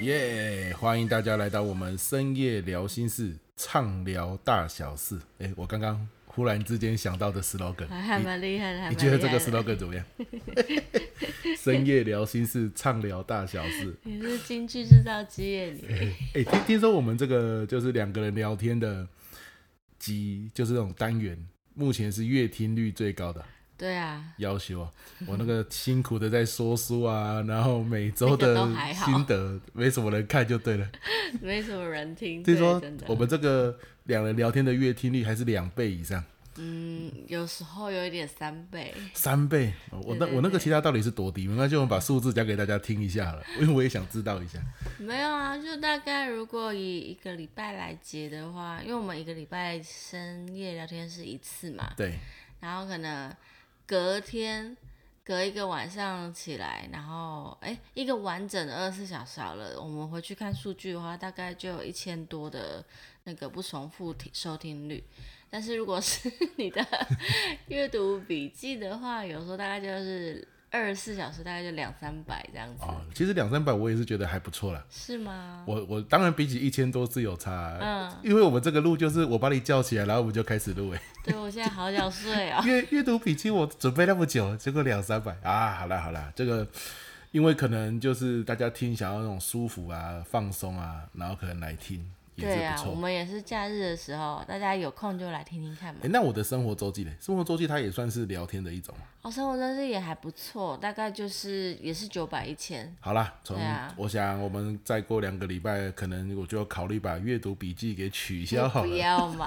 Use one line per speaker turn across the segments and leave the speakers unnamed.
耶欢迎大家来到我们深夜聊心事，畅聊大小事。哎、我刚刚忽然之间想到的 slogan，
还还
你
蛮厉害的，还
你
蛮
觉得
厉
这
害
个 slogan
的。
怎 么样？深夜聊心事，畅聊大小事。
你是京剧制造机耶你？
哎、听听说我们这个就是两个人聊天的集，就是这种单元，目前是月听率最高的。
对啊，
要求啊，我那个辛苦的在说书啊，然后每周
那个
的
都还好
心得没什么人看就对了。
没什么人
听
听。对，
说
真的
我，们这个两人聊天的月听率还是两倍以上，
嗯，有时候有一点三倍。
三倍。哦我那
对对
我那个
对
其他到底是多低？没关系，我们把数字讲给大家听一下 好了，因为我也想知道一下。
没有啊，就大概如果以一个礼拜来结的话，因为我们一个礼拜深夜聊天是一次嘛，
对，
然后可能隔天隔一个晚上起来，然后哎一个完整的二十四小时好了，我们回去看数据的话，大概就有一千多的那个不重复听收听率。但是如果是你的阅读笔记的话，有时候大概就是二十四小时大概就两三百这样子，
哦，其实两三百我也是觉得还不错啦。
是吗？
我我当然比起一千多是有差啊、
嗯
因为我们这个录就是我把你叫起来，然后我们就开始 录、欸。。
对我现在好想睡哦
阅阅读笔记我准备那么久，结果两三百啊！好啦好啦，这个因为可能就是大家听想要那种舒服啊、放松啊，然后可能来听也
对
是
啊
不，
我
错。
们也是假日的时候，大家有空就来听听看嘛
诶。那我的生活周记呢？生活周记它也算是聊天的一种嘛。
哦，生活真是也还不错，大概就是也是九百一千。
好啦，从、
对啊
我想我们再过两个礼拜，可能我就要考虑把阅读笔记给取消好
不
了
要 嘛，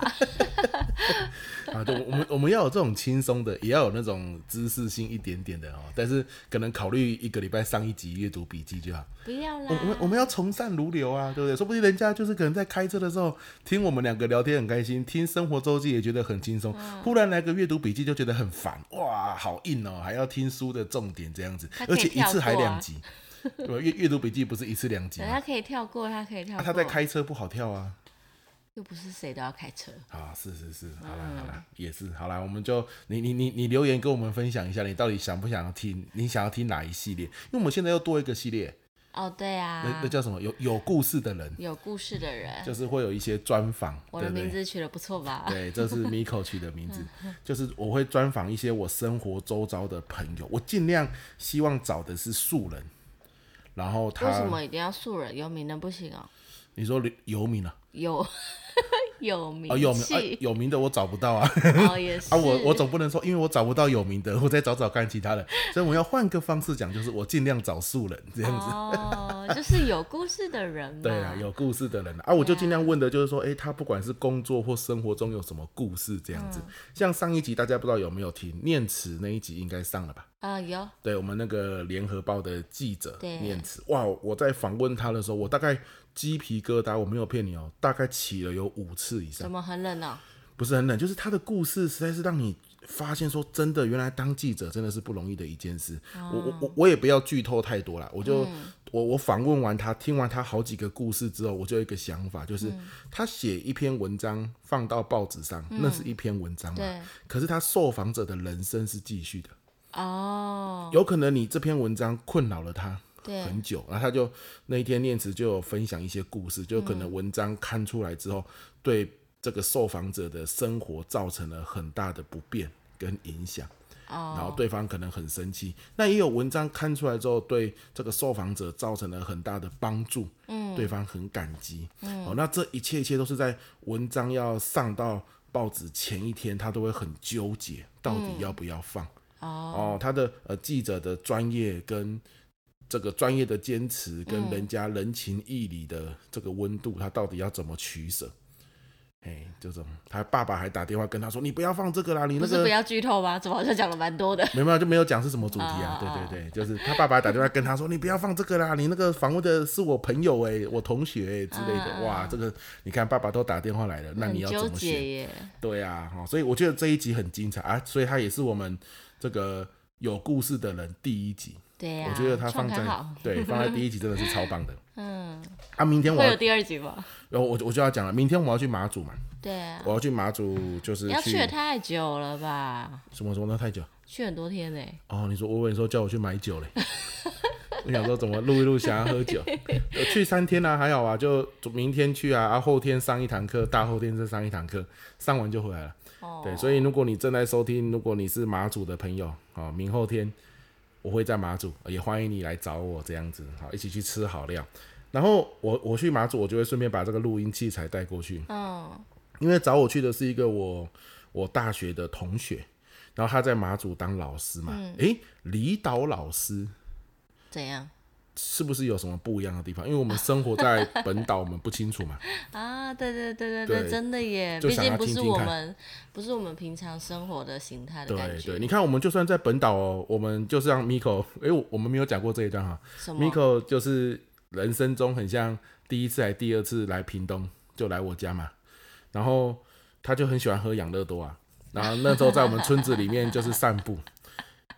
啊。对，我们我们要有这种轻松的，也要有那种知识性一点点的哦。但是可能考虑一个礼拜上一集阅读笔记就好。
不要
我我们
啦。
我们要从善如流啊，对不对？说不定人家就是可能在开车的时候听我们两个聊天很开心，听生活周记也觉得很轻松，
嗯
忽然来个阅读笔记就觉得很烦，哇，好硬哦，还要听书的重点这样子，
他可
而
以
且一次还
跳过啊
两集，对吧？阅阅读笔记不是一次两集
等
吗？
他可以跳过，他可以跳
啊
过。
他在，开车不好跳啊。
又不是谁都要开车。
啊，是是是，好啦好
嗯
啦，也是好啦，我们就你你你你留言跟我们分享一下，你到底想不想要听？你想要听哪一系列？因为我们现在又多一个系列，
哦，对
那
啊
那，叫什么？有有故事的人，
有故事的人，
就是会有一些专访，
我
对
的
不对
名字取啊嗯得不错吧？
对，这是 Miko 取的名 字，就是我会专访一些我生活周遭的朋友，我尽量希望找的是素人，然后
为什
他，
么一定要素人？有名的不行哦，
你说游民啊，
有 有名
哦有名啊
气
有名的我找不 到啊，
哦也是
啊我我总不能说因为我找不到有名的，我再找找看其他的，所以我要换个方式讲，就是我尽量找素人这样子。
哦，就是有故事的人 嘛。
对啊，有故事的人啊，我就尽量问的就是说，诶，他不管是工作或生活中有什么故事这样子。像上一集大家不知道有没有听，念慈那一集应该上了吧？
啊有，
对我们那个联合报的记者
对
念慈，哇！我在访问他的时候，我大概鸡皮疙瘩，我没有骗你哦，大概起了有五次以上
怎，么很冷哦？
不是很冷，就是他的故事实在是让你发现说，真的，原来当记者真的是不容易的一件事。我我我我也不要剧透太多啦，我就、我我访问完他，听完他好几个故事之后，我就有一个想法，就是、他写一篇文章放到报纸上，那是一篇文章嘛，
对
可是他受访者的人生是继续的。
哦，
有可能你这篇文章困扰了他
对
很久，然后他就那一天念慈就有分享一些故事，就可能文章刊出来之后，对这个受访者的生活造成了很大的不便跟影响。
哦
然后对方可能很生气，那也有文章刊出来之后，对这个受访者造成了很大的帮助，嗯，对方很感激，嗯，哦，那这一切一切都是在文章要上到报纸前一天，他都会很纠结，到底要不要放，哦，他的呃记者的专业跟这个专业的坚持，
嗯
跟人家人情义理的这个温度，他到底要怎么取舍？哎，这种，他爸爸还打电话跟他说：“你不要放这个啦，你那
不是
个
不要剧透吧？怎么好像讲了蛮多的？
没有没有就没有讲是什么主题啊？
哦哦
对对对，就是他爸爸打电话跟他说：“你不要放这个啦，你那个访问的是我朋友哎、我同学哎、之类
嗯
的。”哇，这个你看爸爸都打电话来了，那
很
你要
纠
怎么
结
选？
耶。
对啊，哈，所以我觉得这一集很精彩啊，所以它也是我们这个有故事的人第一集，
对呀、
我觉得它
创
放
刊
在
好
对放在第一集真的是超棒的。
嗯，
啊，明天我
会
要
有第二集吗？
然后我就我就要讲了，明天我要去马祖嘛，
对啊，
我要去马祖就是
你要去
去
的太久了吧？
什么什么那太久
去很多天呢、欸。
哦，你说我问你说叫我去买酒嘞。我想说怎么录一录想要喝酒，呃去三天啊，还好啊，就明天去啊，啊后天上一堂课，大后天再上一堂课，上完就回来了。
哦
对，所以如果你正在收听，如果你是马祖的朋友，好、明后天我会在马祖，也欢迎你来找我这样子，好，一起去吃好料。然后我我去马祖，我就会顺便把这个录音器材带过去，
嗯，
因为找我去的是一个我我大学的同学，然后他在马祖当老师嘛，
嗯
诶、离岛老师
怎样
是不是有什么不一样的地方？因为我们生活在本岛，我们不清楚 嘛。
啊？对对对对
对
对，真的耶，
就
毕
想
竟
要
不
听
是
听
我
看
们不是我们平常生活的形态的感
对
觉。
对，你看我们就算在本岛哦，我们就像 Miko，诶、我我们没有讲过这一段哈。
什么？
Miko 就是人生中很像第一次还第二次来屏东，就来我家嘛，然后他就很喜欢喝养乐多啊，然后那时候在我们村子里面就是散步，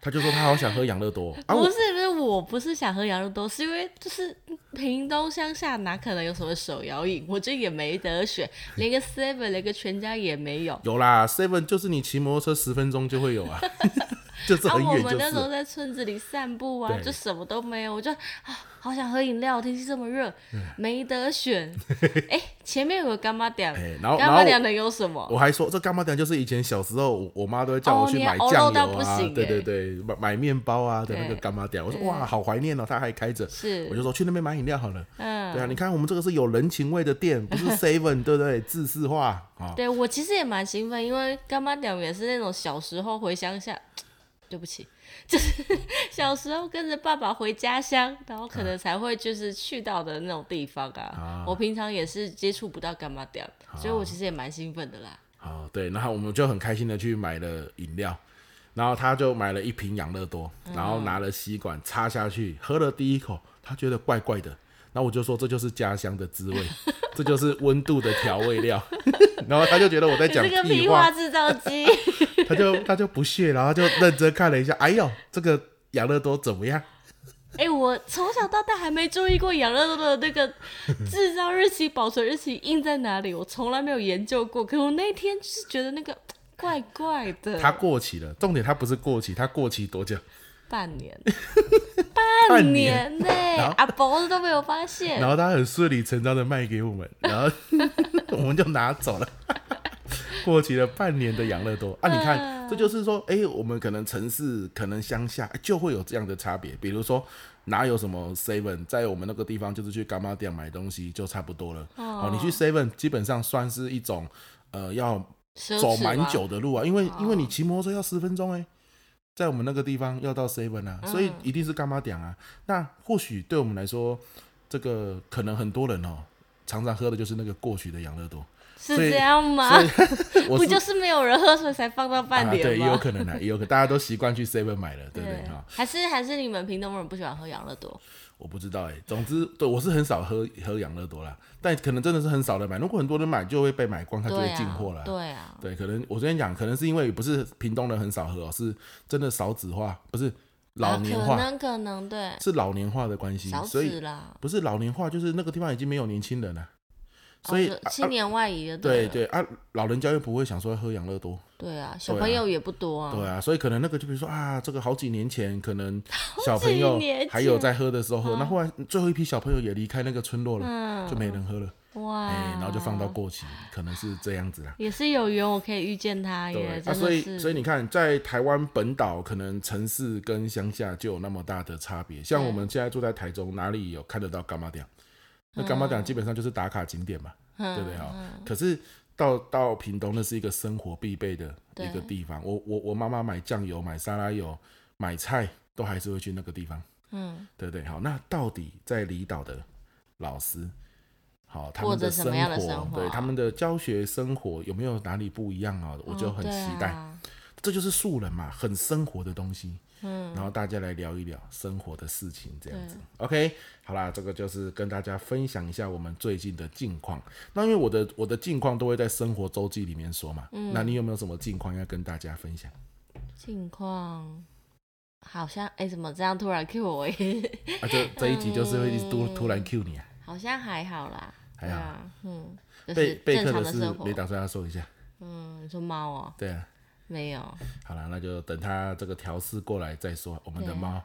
他就说他好想喝养乐多哦啊，
不
我
是不是，我不是想喝羊肉多，是因为就是屏东乡下哪可能有什么手摇饮，我这也没得选，连个 seven 连个全家也没有。
有啦，Seven 就是你骑摩托车十分钟就会有啊， 就是
啊，
很
我
远
们
就
那时候
是。
在村子里散步啊，
对
就什么都没有，我就啊，好想喝饮料，天气这么热，
嗯
没 得选。哎、前面有个干妈店，
哎、然后
干
然
妈
后
店
我
能有什么？
我还说这干妈店就是以前小时候我我妈都会叫
哦
我去
你
买
欧
酱
肉到
油
不
啊，
行
对
哎
对对，买买面包啊的那个
对
干妈店，我说哇好怀念哦，它还开着，
是
我就说去那边买饮料好了。
嗯，
对啊，你看我们这个是有人情味的店，不是 Seven，对不对？自式化啊，
对我其实也蛮兴奋，因为干妈点也是那种小时候回乡下，对不起，就是 小时候跟着爸爸回家乡，然后
嗯
可能才会就是去到的那种地方啊。我平常也是接触不到干妈点，
啊
所以我其实也蛮兴奋的啦。
好对，然后我们就很开心的去买了饮料，然后他就买了一瓶养乐多，
嗯
然后拿了吸管插下去，喝了第一口，他觉得怪怪的，然后我就说这就是家乡的滋味， 这就是温度的调味料，然后他就觉得我在
你
讲
这个
屁
屁
话
话，制造机，
他就他就不屑，然后就认真看了一下，哎呦，这个养乐多怎么样？
哎、我从小到大还没注意过养乐多的那个制造日期、保存日期印在哪里，我从来没有研究过。可我那天就是觉得那个怪怪的，
它过期 了，重点它不是过期，它过期多久？
半年，
半
半
年
年呢、
然后
阿伯子都没有发现
然。后他很顺理成章的卖给我们，然后我们就拿走了。 过期了半年的养乐多啊！你看，这就是说，哎、我们可能城市，可能乡下哎就会有这样的差别。比如说，哪有什么 Seven，在我们那个地方就是去干妈店买东西就差不多了。哦，你去 Seven 基本上算是一种呃要
奢侈
走
吧
蛮久的路啊，因
哦
为、因为你骑摩托车要十分钟哎、在我们那个地方要到 seven
嗯
啊，所以一定是干妈点啊。那或许对我们来说，这个可能很多人哦，常常喝的就是那个过期的养乐多。
是
所以
这样吗？
我
不
是
就是没有人喝，所以才放到半
啊，
年
对，也
吗？
有可啊能啊，也有可能大家都习惯去 seven 买了，对不对
对
哈？
还是还是你们屏东人不喜欢喝养乐多？
我不知道哎、总之，对我是很少喝喝养乐多啦，但可能真的是很少人买。如果很多人买，就会被买光，它就会
对
进
啊
货了。，
对啊，
对，可能我昨天讲，可能是因为不是屏东人很少喝哦，是真的少子化，不是老年
啊可
化，
能可能对，
是老年化的关系
少，
所
子
以
啦，
不是老年化，就是那个地方已经没有年轻人了，所以、
哦就
啊
青年外移的、
对
了
对啊，老人家又不会想说喝养乐多，
对啊，小
对啊
朋友也不多啊。
对啊，所以可能那个就比如说啊，这个好几年前可能小
几
朋友
年
还有
前
在喝的时候喝，那后来最后一批小朋友也离开那个村落了，
嗯，啊
就没人喝了，
哇、
哎、然后就放到过期，可能是这样子啦。
也是有缘，我可以遇见他
对
耶，
啊，
哎真
所
的
以
是。
所以你看，在台湾本岛，可能城市跟乡下就有那么大的差别。像我们现在住在台中，哪里有看得到干妈店？那
嗯
干妈店基本上就是打卡景点嘛，对不对啊哈、可是到到屏东，那是一个生活必备的一个
对
地方。我我我妈妈买酱油、买沙拉油、买菜，都还是会去那个地方，
嗯，
对不对？好，那到底在离岛的老师，好，他
过
们
着
的
什
生
么样的
活，
生活
对他们的教学生活有没有哪里不一样啊？我就
哦
很
对
期待。
啊
这就是素人嘛，很生活的东西。
嗯，
然后大家来聊一聊生活的事情，这样子。OK，好啦，这个就是跟大家分享一下我们最近的近况。那因为我的我的近况都会在生活周记里面说嘛，
嗯
那你有没有什么近况要跟大家分 享？
近况好像哎、怎么这样突然 Q 我耶？
啊，这这一集就是会一直突突然 Q 你啊，
好像还好啦，
还
对
好
啊，嗯，就
贝
是
贝
正
克
常
的
生
事
活
没。打算要说一下，
嗯，你说猫哦、
对啊。
没有，
好啦，那就等它这个调试过来再说。我们的
对
猫，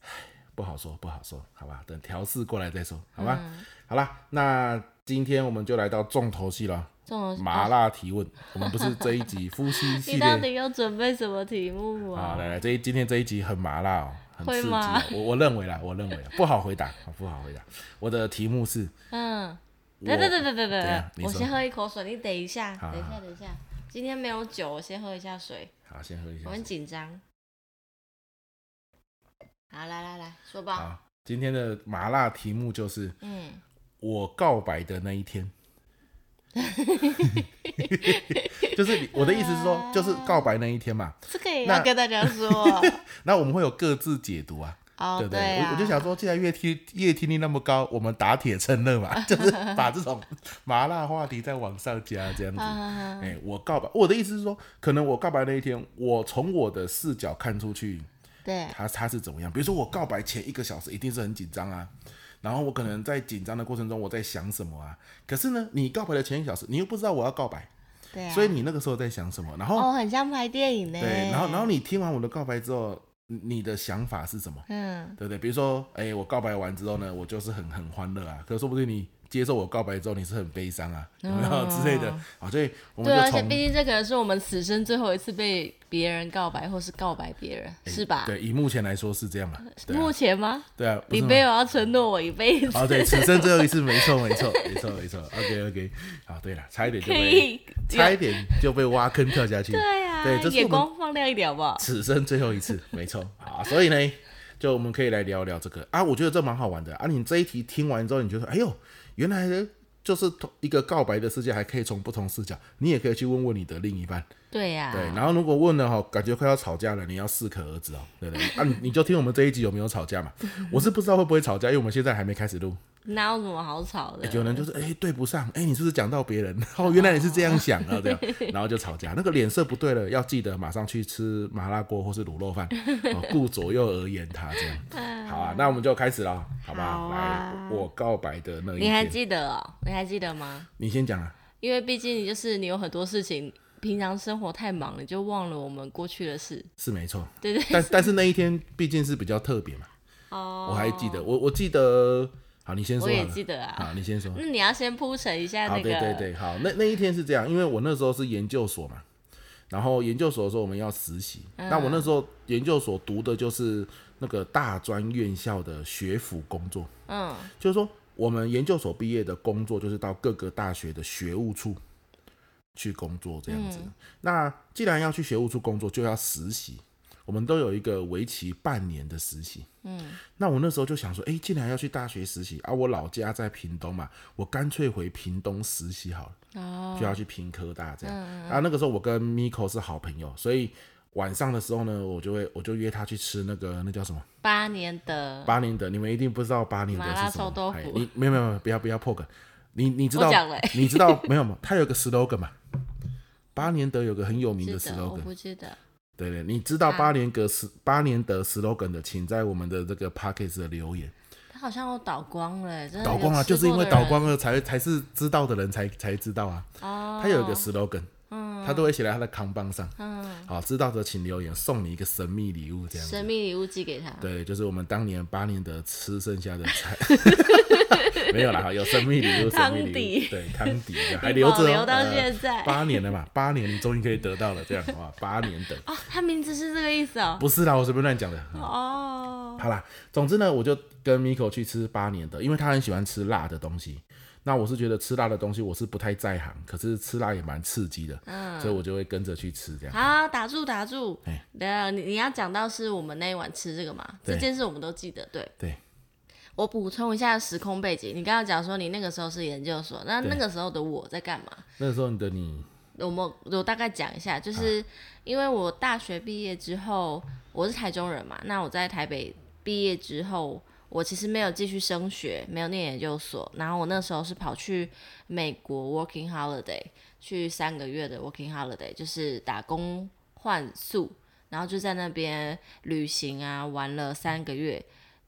唉不好说，不好说，好吧，等调试过来再说，
嗯
好吧？好啦，那今天我们就来到重头戏了，
这种
麻辣提 问。我们不是这一集夫妻系
哦你到
列
底要准备什么题目
啊，
啊？
来来，这一今天这一集很麻辣哦，很
会
刺激
吗
哦。我我认为啦，我认为啦，不好回答，啊不好回答。我的题目是，
嗯，
我
等等等等等
等一下
等，
你
我
说
先喝一口水，你等一下，
好
等一
好
下，等一下。今天没有酒，我先喝一下水，
好，先喝一下
我
水
很。紧张。好，来来来说吧。
好，今天的麻辣题目就是
嗯，
我告白的那一天。 就是你我的意思是
啊
说，就是告白那一天嘛。
这个也
那
要跟大家 说
那我们会有各自解读啊，
哦
对，不
对啊
我我就 想说，既然越听越听力那么高，我们打铁趁热 嘛，就是把这种麻辣话题再往上加，这样子。
啊，
哎、我告白，我的意思是说，可能我告白那一天，我从我的视角看出去，
对，
他他是怎么样？比如说我告白前一个小时一定是很紧张啊，然后我可能在紧张的过程中我在想什么啊？可是呢，你告白的前一个小时，你又不知道我要告白，
对啊。
所以你那个时候在想什么？然后、
哦，很像拍电影呢。
对，然后然后你听完我的告白之后，你你的想法是什么？
嗯，
对不对？比如说，哎、我告白完之后呢，我就是很很欢乐啊，可是说不定你接受我告白之后，你是很悲伤啊，然后之类的啊，所以我
嗯对，
们
而
就
且
从
毕竟这可能是我们此生最后一次被别人告白，或是告白别人，是吧？呃
对以目前来说是这样嘛，对啊
目前吗？
对啊，不
你
是吗
没有要承诺我一辈 子，
哦，对，此生最后一次，没错，没错，没错，没错。OK OK，好，对了，差一点就
可
被，
以，
差一点就被挖坑跳下去。
对啊，
对这是我们
眼光放亮一点好不好？
此生最后一次，没错。好，所以呢，就我们可以来聊聊这个啊，我觉得这蛮好玩的啊。你这一题听完之后，你就说，哎呦，原来就是同一个告白的世界，还可以从不同视角，你也可以去问问你的另一半。
对呀、
对，啊然后如果问了哈，感觉快要吵架了，你要适可而止哦，对不对？啊，你你就听我们这一集有没有吵架嘛？我是不知道会不会吵架，因为我们现在还没开始录。
哪有什么好吵的？
有人就是哎、对不上，哎、你是不是讲到别人？ 哦，原来你是这样想啊，这样，
哦
然后就吵架，那个脸色不对了，要记得马上去吃麻辣锅或是卤肉饭，哦，顾左右而言他这 样。好啊，那我们就开始了，好不好？
好啊
来，我告白的那一
你还
天，
记得哦？你还记得吗？
你先讲啊。
因为毕竟你就是你有很多事情，平常生活太忙了，你就忘了我们过去的事。
是没错，
对对
但但是那一天毕竟是比较特别嘛，
哦，
我还记得，我我记得，好，你先说
我
好
也
了，
记得啊。
好，你先说。
那你要先铺陈一下
好，
那
对
个，
啊对对，好，那那一天是这样，因为我那时候是研究所嘛，然后研究所的时候我们要实习，那我那时候研究所读的就是那个大专院校的学府工作，
嗯，
就是说我们研究所毕业的工作就是到各个大学的学务处去工作这样子。
嗯
那既然要去学务处工作，就要实习，我们都有一个为期半年的实习。嗯，那我那时候就想说，诶，哎既然要去大学实习啊，我老家在屏东嘛，我干脆回屏东实习好了。
哦，嗯
就要去拼科大这样。啊，那个时候我跟 Miko 是好朋友，所以晚上的时候呢，我就会我就约他去吃那个那叫什么
八年的，
巴宁的，你们一定不知道巴宁的
嗯麻辣
是什么
臭。豆腐
哎你没有没有没有，不要不要破梗，你你知
我
道
讲了欸
你知道没有嘛？他有个 slogan 嘛。巴年德有个很有名
记
的
得，我
slogan，
不记得。
对对，你知道
啊
巴年格斯巴年德 slogan 的，请在我们的这个 p a c k a g e 的留言。
他好像都倒光了，真的
倒光
嗯有
啊，
吃
就是因
过
为
的
倒
人
光了才才是知道的人才才知道啊。
哦。
他有一个 slogan，嗯，他都会写在他的扛棒上，嗯，好，知道的请留言，送你一个神秘礼物，这样
神
子。
秘礼物寄给他，
对，就是我们当年八年的吃剩下的 菜，没有啦，有神秘礼物，神秘
汤
礼
底
物，对，汤底这样还
你
留
保
着哦，
留到
呃
现在
八年了嘛，八年你终于可以得到了，这样哇，八年的，
哦，他名字是这个意思哦。
不是啦，我随便乱讲的。
哦，
好啦，总之呢，我就跟 Miko 去吃八年的，因为他很喜欢吃辣的东西。那我是觉得吃辣的东西我是不太在行，可是吃辣也蛮刺激的，嗯，所以我就会跟着去吃这样。
好，打住打住
哎。
对啊，你你要讲到是我们那一晚吃这个嘛，
对
这件事我们都记得。对
对，
我补充一下时空背景，你刚刚讲说你那个时候是研究所，那
对
那个时候的我在干嘛？
那时候你的你，
我们我大概讲一下，就是因为我大学毕业之后，我是台中人嘛，那我在台北毕业之后，我其实没有继续升学，没有念研究所，然后我那时候是跑去美国 working holiday，去三个月的 working holiday，就是打工换宿，然后就在那边旅行啊，玩了三个月，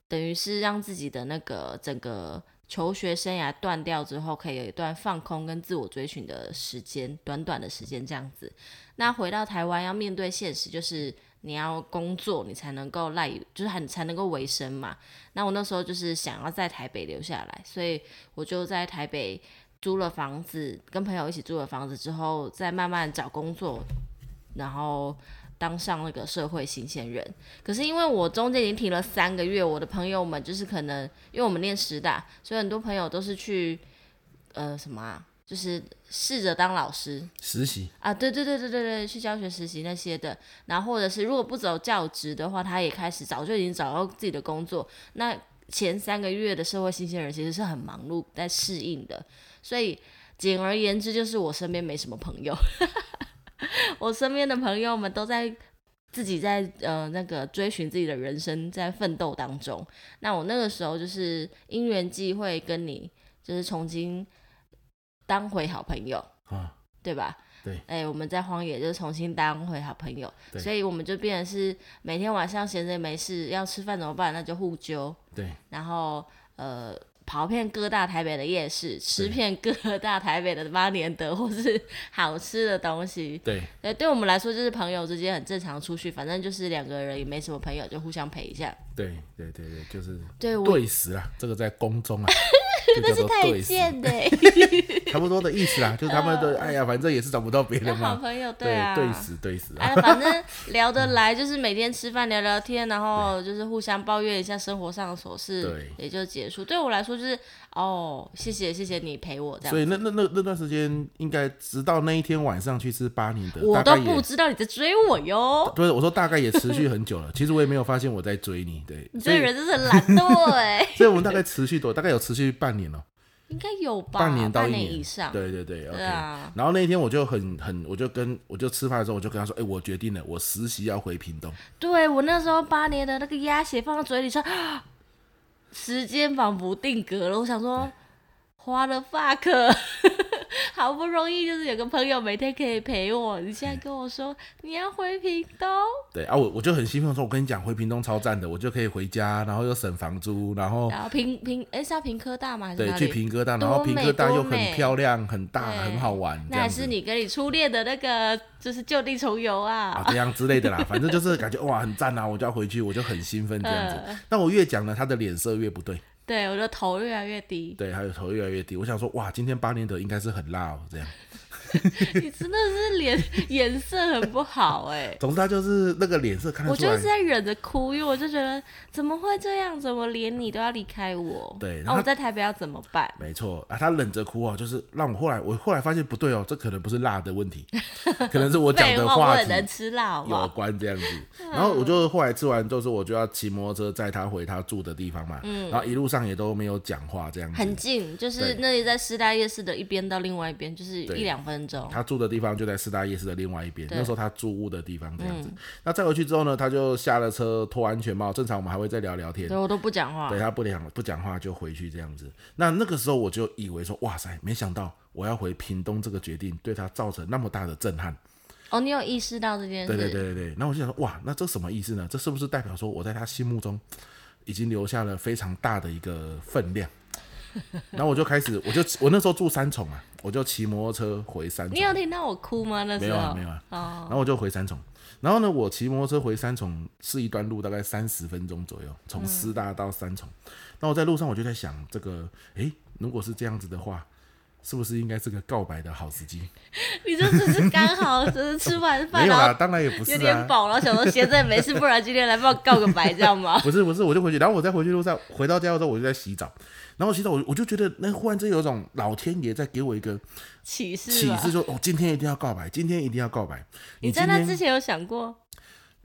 等于是让自己的那个整个求学生涯断掉之后，可以有一段放空跟自我追寻的时间，短短的时间这样子。那回到台湾要面对现实，就是你要工作，你才能够赖，就是很才能够维生嘛。那我那时候就是想要在台北留下来，所以我就在台北租了房子，跟朋友一起租了房子之后，再慢慢找工作，然后当上那个社会新鲜人。可是因为我中间已经停了三个月，我的朋友们就是可能因为我们念师大，所以很多朋友都是去呃什么啊，就是试着当老师，
实习
啊，对对对对对对，去教学实习那些的，然后或者是如果不走教职的话，他也开始早就已经找到自己的工作。那前三个月的社会新鲜人其实是很忙碌在适应的，所以简而言之就是我身边没什么朋友， 我身边的朋友们都在自己在呃那个追寻自己的人生，在奋斗当中。那我那个时候就是因缘际会跟你就是重新当回好朋友，
啊，
对吧？
对
哎、我们在荒野就重新当回好朋友，
对
所以我们就变成是每天晚上闲着没事要吃饭怎么办？那就互揪，
对
然后呃跑遍各大台北的夜市，吃遍各大台北的八年德或是好吃的东西。呃
对
对，对我们来说就是朋友之间很正常出去，反正就是两个人也没什么朋友，就互相陪一下。
对对对对，就是
对我
对食啊，这个在宫 中啊，就叫
是
做
太
对食，
贱的欸，
差不多的意思啦，就是他们都哎呀，反正也是找不到别
有
人
好
嘛，
朋友
对
啊，
对食对食啊，
哎，反正聊得来，就是每天吃饭聊聊天，然后就是互相抱怨一下生活上的琐事
对，
也就结束。对我来说就是哦，谢谢谢谢你陪我这
所
样，
以那那那那段时间，应该直到那一天晚上去吃巴尼德，
我
大
都
概也
不知道你在追我哟。
不是我说大概也持续很久 了。其实我也没有发现我在追你，对，
你
所
这个
以
人真是很懒惰哎、
所以我们大概持续多，大概有持续半年了，
应该有吧？
半年到一
以上。
对对对，OK
对。啊，
然后那一天我就很很，我就跟我就吃饭的时候，我就跟他说，哎、我决定了，我实习要回屏东。
对我那时候八年的那个鸭血放到嘴里说，啊 时间仿佛定格了。我想说，花了 fuck，好不容易就是有个朋友每天可以陪我，你现在跟我说你要回屏东，
对啊，我我就很兴奋说，我跟你讲，回屏东超赞的，我就可以回家，然后又省房租，然后
然后屏屏哎是要屏科大吗？还是
对
哪
去
里？
平哥大，
多
然后平哥大
美
又很
多美
漂亮、很大、
对
很好玩，这
那
样
还
子
是。你跟你初恋的那个就是就地重游
啊
啊，？
这样之类的 啦，反正就是感觉哇很赞啊，我就要回去，我就很兴奋这样子
嗯。
但我越讲呢，他的脸色越不对，
对，我的头越来越低，
对，还有头越来越低。我想说，哇，今天巴年德应该是很辣哦，这样。
你真的是脸 颜色很不好哎、
总之他就是那个脸色看得
我
出
就
来
一直，在忍着哭，因为我就觉得怎么会这样？怎么连你都要离开我？
对然
那、
后
我在台北要怎么办？
没错啊，他忍着哭哦，就是让我后来我后来发现不对哦，这可能不是辣的问题，可能是我讲
废
的
话，我
话
很
题
能吃辣，好不
有
好？
关这样子。
嗯
然后我就后来吃完，就是我就要骑摩托车载他回他住的地方嘛，然后一路上也都没有讲话这样子
嗯很。近，就是
对
那里在师大夜市的一边到另外一边，就是
对
一两分钟。
他住的地方就在四大夜市的另外一边，
对嗯
那时候他住屋的地方这样子。那再回去之后呢，他就下了车，脱安全帽，正常我们还会再聊聊天
对。我都不讲话
对，他不讲不讲话就回去这样子。那那个时候我就以为说，哇塞，没想到我要回屏东这个决定对他造成那么大的震撼。
哦，你有意识到这件事？
对对对对对。那我就想说，哇，那这什么意思呢？这是不是代表说我在他心目中已经留下了非常大的一个分量？然后我就开始，我就我那时候住三重啊，我就骑摩托车回三重。
你有听到我哭吗？那
没
时
有啊，
候
没有啊。
哦，
然后我就回三重，然后呢，我骑摩托车回三重是一段路，大概三十分钟左右，从师大到三重。那、我在路上我就在想，这个，诶，如果是这样子的话，是不是应该是个告白的好时机？
你就只是刚好就是吃完
没
饭，
有
啊然
啦，
后
当然也不是
有点
啊，
饱，然后想说闲着也没事，不然今天来帮我告个白，这样吗？
不是不是，我就回去，然后我在回去路上，回到家的时候我就在洗澡，然后洗澡我我就觉得，那忽然间有一种老天爷在给我一个
启示
启
吧
示说，哦，今天一定要告白，今天一定要告白。
啊你
今
在那
天
之前有想过？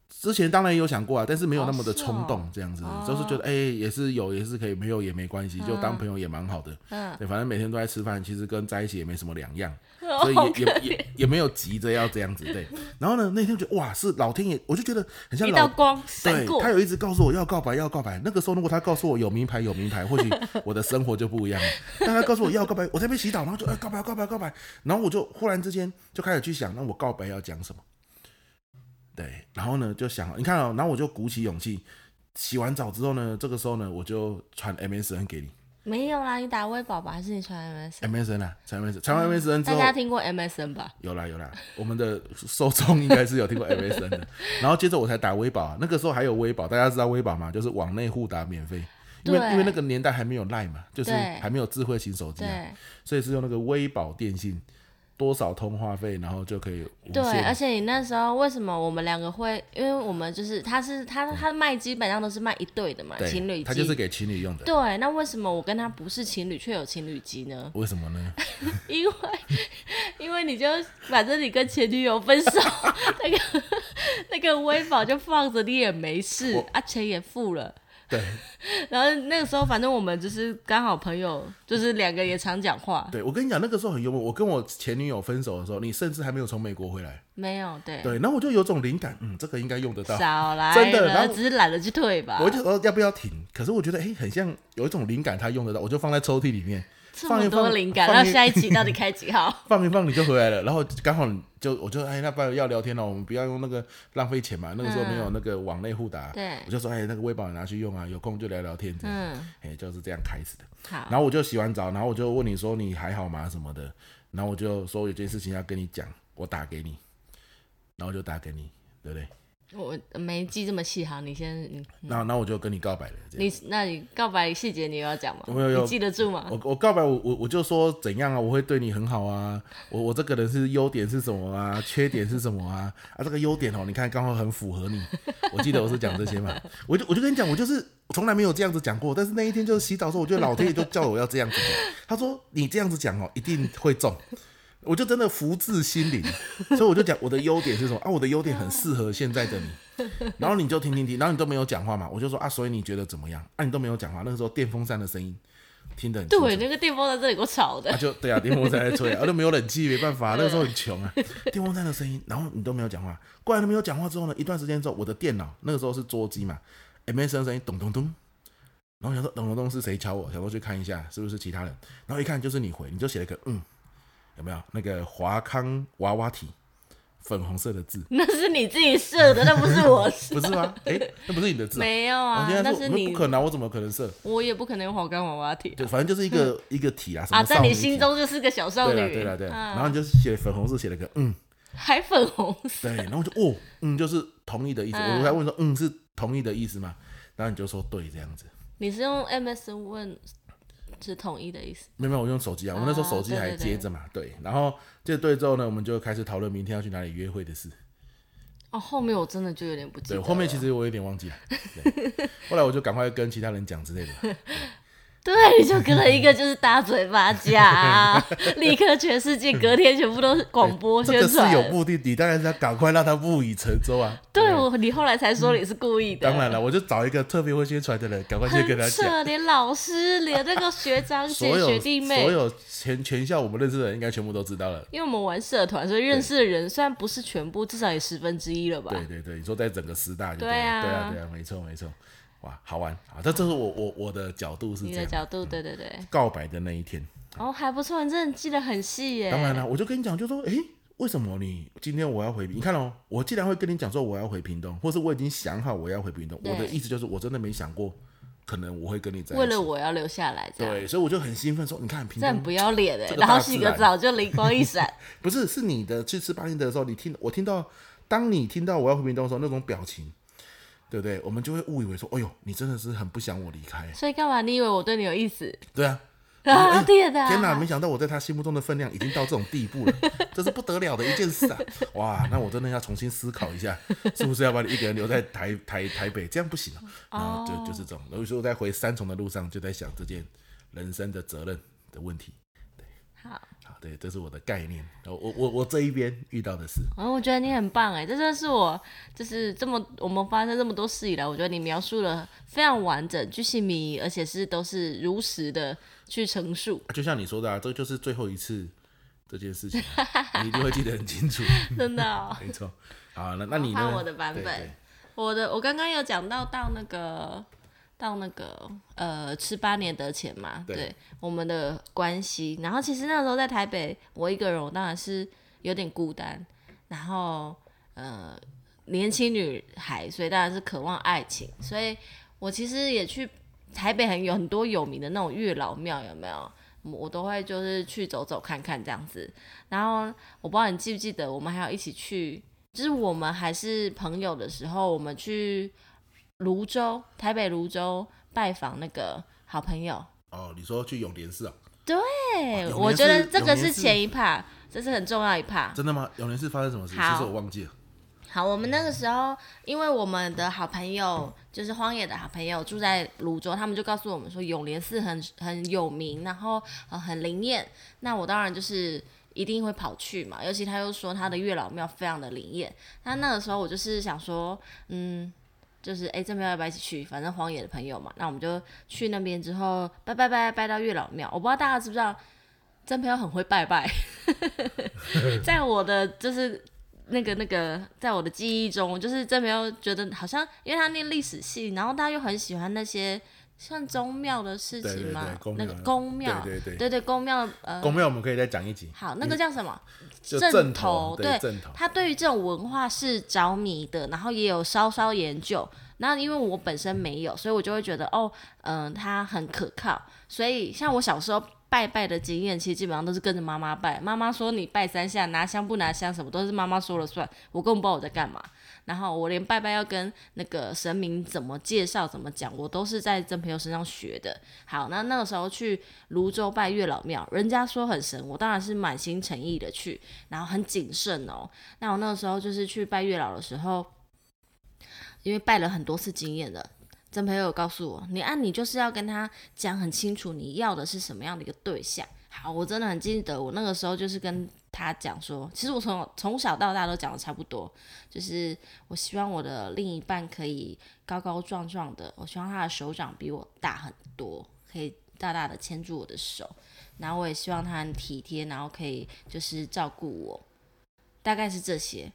之前当然也有想过啊，但是没有那么的
哦是哦
冲动，这样子、就是觉得哎、也是有，也是可以，没有也没关系，就当朋友也蛮好的。
嗯，
对，反正每天都在吃饭，其实跟在一起也没什么两 样，所
所
以也也也也没有急着要这样子。对，然后呢，那天就哇，是老天爷，我就觉得很像
一道
老。
光闪
对
过
他，有一直告诉我要告白，要告白。那个时候，如果他告诉我有名牌，有名牌， 或许我的生活就不一样了。但他告诉我要告白，我在那边洗澡，然后就哎告白，告白，告白。然后我就忽然之间就开始去想，那我告白要讲什么？对，然后呢就想，你看哦，然后我就鼓起勇气，洗完澡之后呢，这个时候呢我就传 MSN 给你，
没有啦，你打微宝吧，还是你传 MSN？
MSN 啊，传 MSN，传完 MSN 之
大
后，
家听过 MSN 吧？
有啦有啦，我们的受众应该是有听过 MSN 的。然后接着我才打微保、啊，那个时候还有微保，大家知道微保吗？就是网内互打免费，因为
对
因为那个年代还没有 Line 嘛，就是
对
还没有智慧型手机、啊，
对
所以是用那个微保电信，多少通话费，然后就可以无
对，而
限。
且你那时候为什么我们两个会？因为我们就是他是他他卖基本上都是卖一对的嘛，情
对，
侣机。
它就是给情侣用的。
对，那为什么我跟他不是情侣却有情侣机呢？
为什么呢？
因为 因为你就反正你跟前女友分手， 那个 那个微保就放着，你也没事
我
啊，钱也付了。
对
然后那个时候，反正我们就是刚好朋友，就是两个也常讲话。
对，我跟你讲，那个时候很幽默。我跟我前女友分手的时候，你甚至还没有从美国回来。
没有对，
对，然后我就有种灵感，嗯，这个应该用得到。
少来
真的
了
然后
只是懒得去退吧。
我就说要不要停，可是我觉得哎、诶很像有一种灵感，它用得到，我就放在抽屉里面，
这
放
么
一
多
放
灵感，
放
那
一
下一集到底开几号？
放一放你就回来了。然后刚好你就我就哎，那不然要聊天了，我们不要用那个浪费钱嘛。那个时候没有那个网内互打，
对
我就说哎，那个微宝你拿去用啊，有空就聊聊天这样。
嗯，
哎、就是这样开始的。
好，
然后我就洗完澡，然后我就问你说你还好吗什么的，然后我就说有件事情要跟你讲，我打给你，然后就打给你，对不对？
我没记这么细，好，你先，你
然后然后我就跟你告白了，这样。
你那你告白细节你有要讲吗？
我有有
你记得住吗？
我我告白我我我就说怎样啊，我会对你很好啊，我我这个人是优点是什么啊，缺点是什么啊啊这个优点哦，你看刚好很符合你，我记得我是讲这些嘛， 我就我就跟你讲，我就是从来没有这样子讲过，但是那一天就是洗澡的时候，我觉得老天爷就叫我要这样子讲，他说你这样子讲哦，一定会中。我就真的福至心灵，所以我就讲我的优点是什么啊？我的优点很适合现在的你，然后你就停停停，然后你都没有讲话嘛，我就说啊，所以你觉得怎么样？啊，你都没有讲话，那个时候电风扇的声音听得很清楚
对，那个电风在这里给我吵的
啊，。就对啊，电风扇在吹啊，而且没有冷气，没办法，那个时候很穷 啊，电风扇的声音，然后你都没有讲话，过来都没有讲话之后呢，一段时间之后，我的电脑那个时候是桌机嘛，MSN 声音咚咚咚，然后想说咚咚咚是谁敲我，想说去看一下是不是其他人，然后一看就是你回，你就写了一个嗯，有没有那个华康娃娃体粉红色的字，
那是你自己设的，那不是我设。
不是 吗？诶，那不是你的字、啊。
没有
哦
啊，
原来
那
是我
是
那
你
不，可能啊，我怎么可能设？
我也不可能有黄冈娃娃体
就反正就是一个一个体啊，什么
啊，在
少
你
女体
心中就是个小少
对
女。
了对了对了，
啊
然后你就写粉红色写了个嗯，
还粉红色，
对，然后我就哦，嗯，就是同意的意思。
嗯
我还问说，嗯，是同意的意思吗？然后你就说对，这样子。
你是用 MS 问是统一的意思？
没有，没有，我用手机啊，我那时候手机
对
还
哦对对
接着嘛，对。然后接着对之后呢，我们就开始讨论明天要去哪里约会的事。
哦，后面我真的就有点不记
对，
得。
后面其实我有点忘记了。对后来我就赶快跟其他人讲之 类的。哦
对，就隔了一个就是大嘴巴架、啊，立刻全世界隔天全部都是广播
这个
宣
是
传。
有目的地，当然是要赶快让他木已成舟啊。
对我，你后来才说你是故意的。
当然了，我就找一个特别会宣传的人，赶快去跟他
很
讲。
扯，连老师，连那个学长姐
所、有
学弟妹
所，有全全校我们认识的人，应该全部都知道了。
因为我们玩社团，所以认识的人虽然不是全部，至少也十分之一了吧？
对对对，你说在整个师大就
对
对了
啊
对啊对啊，没错没错，哇，好玩啊！这这是我我我的角度是
你
这
的
样，
角度，对对对。
告白的那一天，
哦，还不错，你真的记得很细耶。
当然了，我就跟你讲，就说诶，为什么你今天我要回？你看哦，我既然会跟你讲说我要回屏东，或是我已经想好我要回屏东，我
对
的意思就是我真的没想过，可能我会跟你在
为
一
了
起。
我要留下来，这样
对，所以我就很兴奋说，你看屏
这很
东
不要脸哎
这。个
然后
大自
洗个
然
澡就灵光一闪，
不是是你的去吃巴厘的时候，你听我听到，当你听到我要回屏东的时候那种表情，对不对？我们就会误以为说，哎呦，你真的是很不想我离开，
所以干嘛？你以为我对你有意思？
对啊。
啊，天哪！
天哪，没想到我在他心目中的分量已经到这种地步了， 这是不得了的一件事啊！哇，那我真的要重新思考一下，是不是要把你一个人留在台 台台北，这样不行啊！然后
哦
就就是这种，有时候在回三重的路上就在想这件人生的责任的问题。
好。
好，对，这是我的概念。然后我我我这一边遇到的事，
嗯，我觉得你很棒哎，这真的是我就是这么我们发生这么多事以来，我觉得你描述了非常完整、居心迷而且是都是如实的去陈述，
就像你说的啊，这就是最后一次这件事情啊、 你一定会记得很清楚。
真的、哦。
没错，好，那那你呢？
换我的版
对
本
对
我的我刚刚有讲到到那个到那个呃吃八年得钱嘛，
对
我们的关系。然后其实那时候在台北，我一个人，我当然是有点孤单。然后呃，年轻女孩，所以当然是渴望爱情。所以我其实也去台北很有很多有名的那种月老庙，有没有？我都会就是去走走看看这样子。然后我不知道你记不记得，我们还有一起去，就是我们还是朋友的时候，我们去泸州，台北泸州拜访那个好朋友。
哦，你说去永联寺啊？
哎、
永联
我觉得
寺
这个
永
是
联寺
前一趴，这是很重要一趴。
真的吗？永联寺发生什么事？其
好
实我忘记了。
好，我们那个时候，因为我们的好朋友就是荒野的好朋友住在泸州，他们就告诉我们说永联寺很很有名，然后呃很灵验。那我当然就是一定会跑去嘛，尤其他又说他的月老庙非常的灵验。那那个时候我就是想说，嗯，就是哎、这庙要不要一起去？反正荒野的朋友嘛，那我们就去那边之后拜拜拜拜到月老庙。我不知道大家知不知道，真朋友很会拜拜， 在我的就是那个那个，在我的记忆中，就是真没有觉得好像，因为他念历史系，然后大家又很喜欢那些算宗庙的事
对
情
对
嘛
对，宫
那
庙
个宫庙，
对对对，
对对宫庙呃，
公庙我们可以再讲一集。
好，那个叫什么？
就
正
正头对
对，
正头
他对于这种文化是着迷的，然后也有稍稍研究。那因为我本身没有，所以我就会觉得哦，嗯、他很可靠。所以像我小时候拜拜的经验，其实基本上都是跟着妈妈拜。妈妈说你拜三下，拿香不拿香，什么都是妈妈说了算，我根本不知道我在干嘛。然后我连拜拜要跟那个神明怎么介绍、怎么讲，我都是在真朋友身上学的。好，那那个时候去泸州拜月老庙，人家说很神，我当然是满心诚意的去，然后很谨慎哦。那我那个时候就是去拜月老的时候，因为拜了很多次经验了。真朋友有告诉我，你啊按、你就是要跟他讲很清楚，你要的是什么样的一个对象。好，我真的很记得，我那个时候就是跟他讲说，其实我从从小到大都讲的差不多，就是我希望我的另一半可以高高壮壮的，我希望他的手掌比我大很多，可以大大的牵住我的手，然后我也希望他很体贴，然后可以就是照顾我，大概是这些。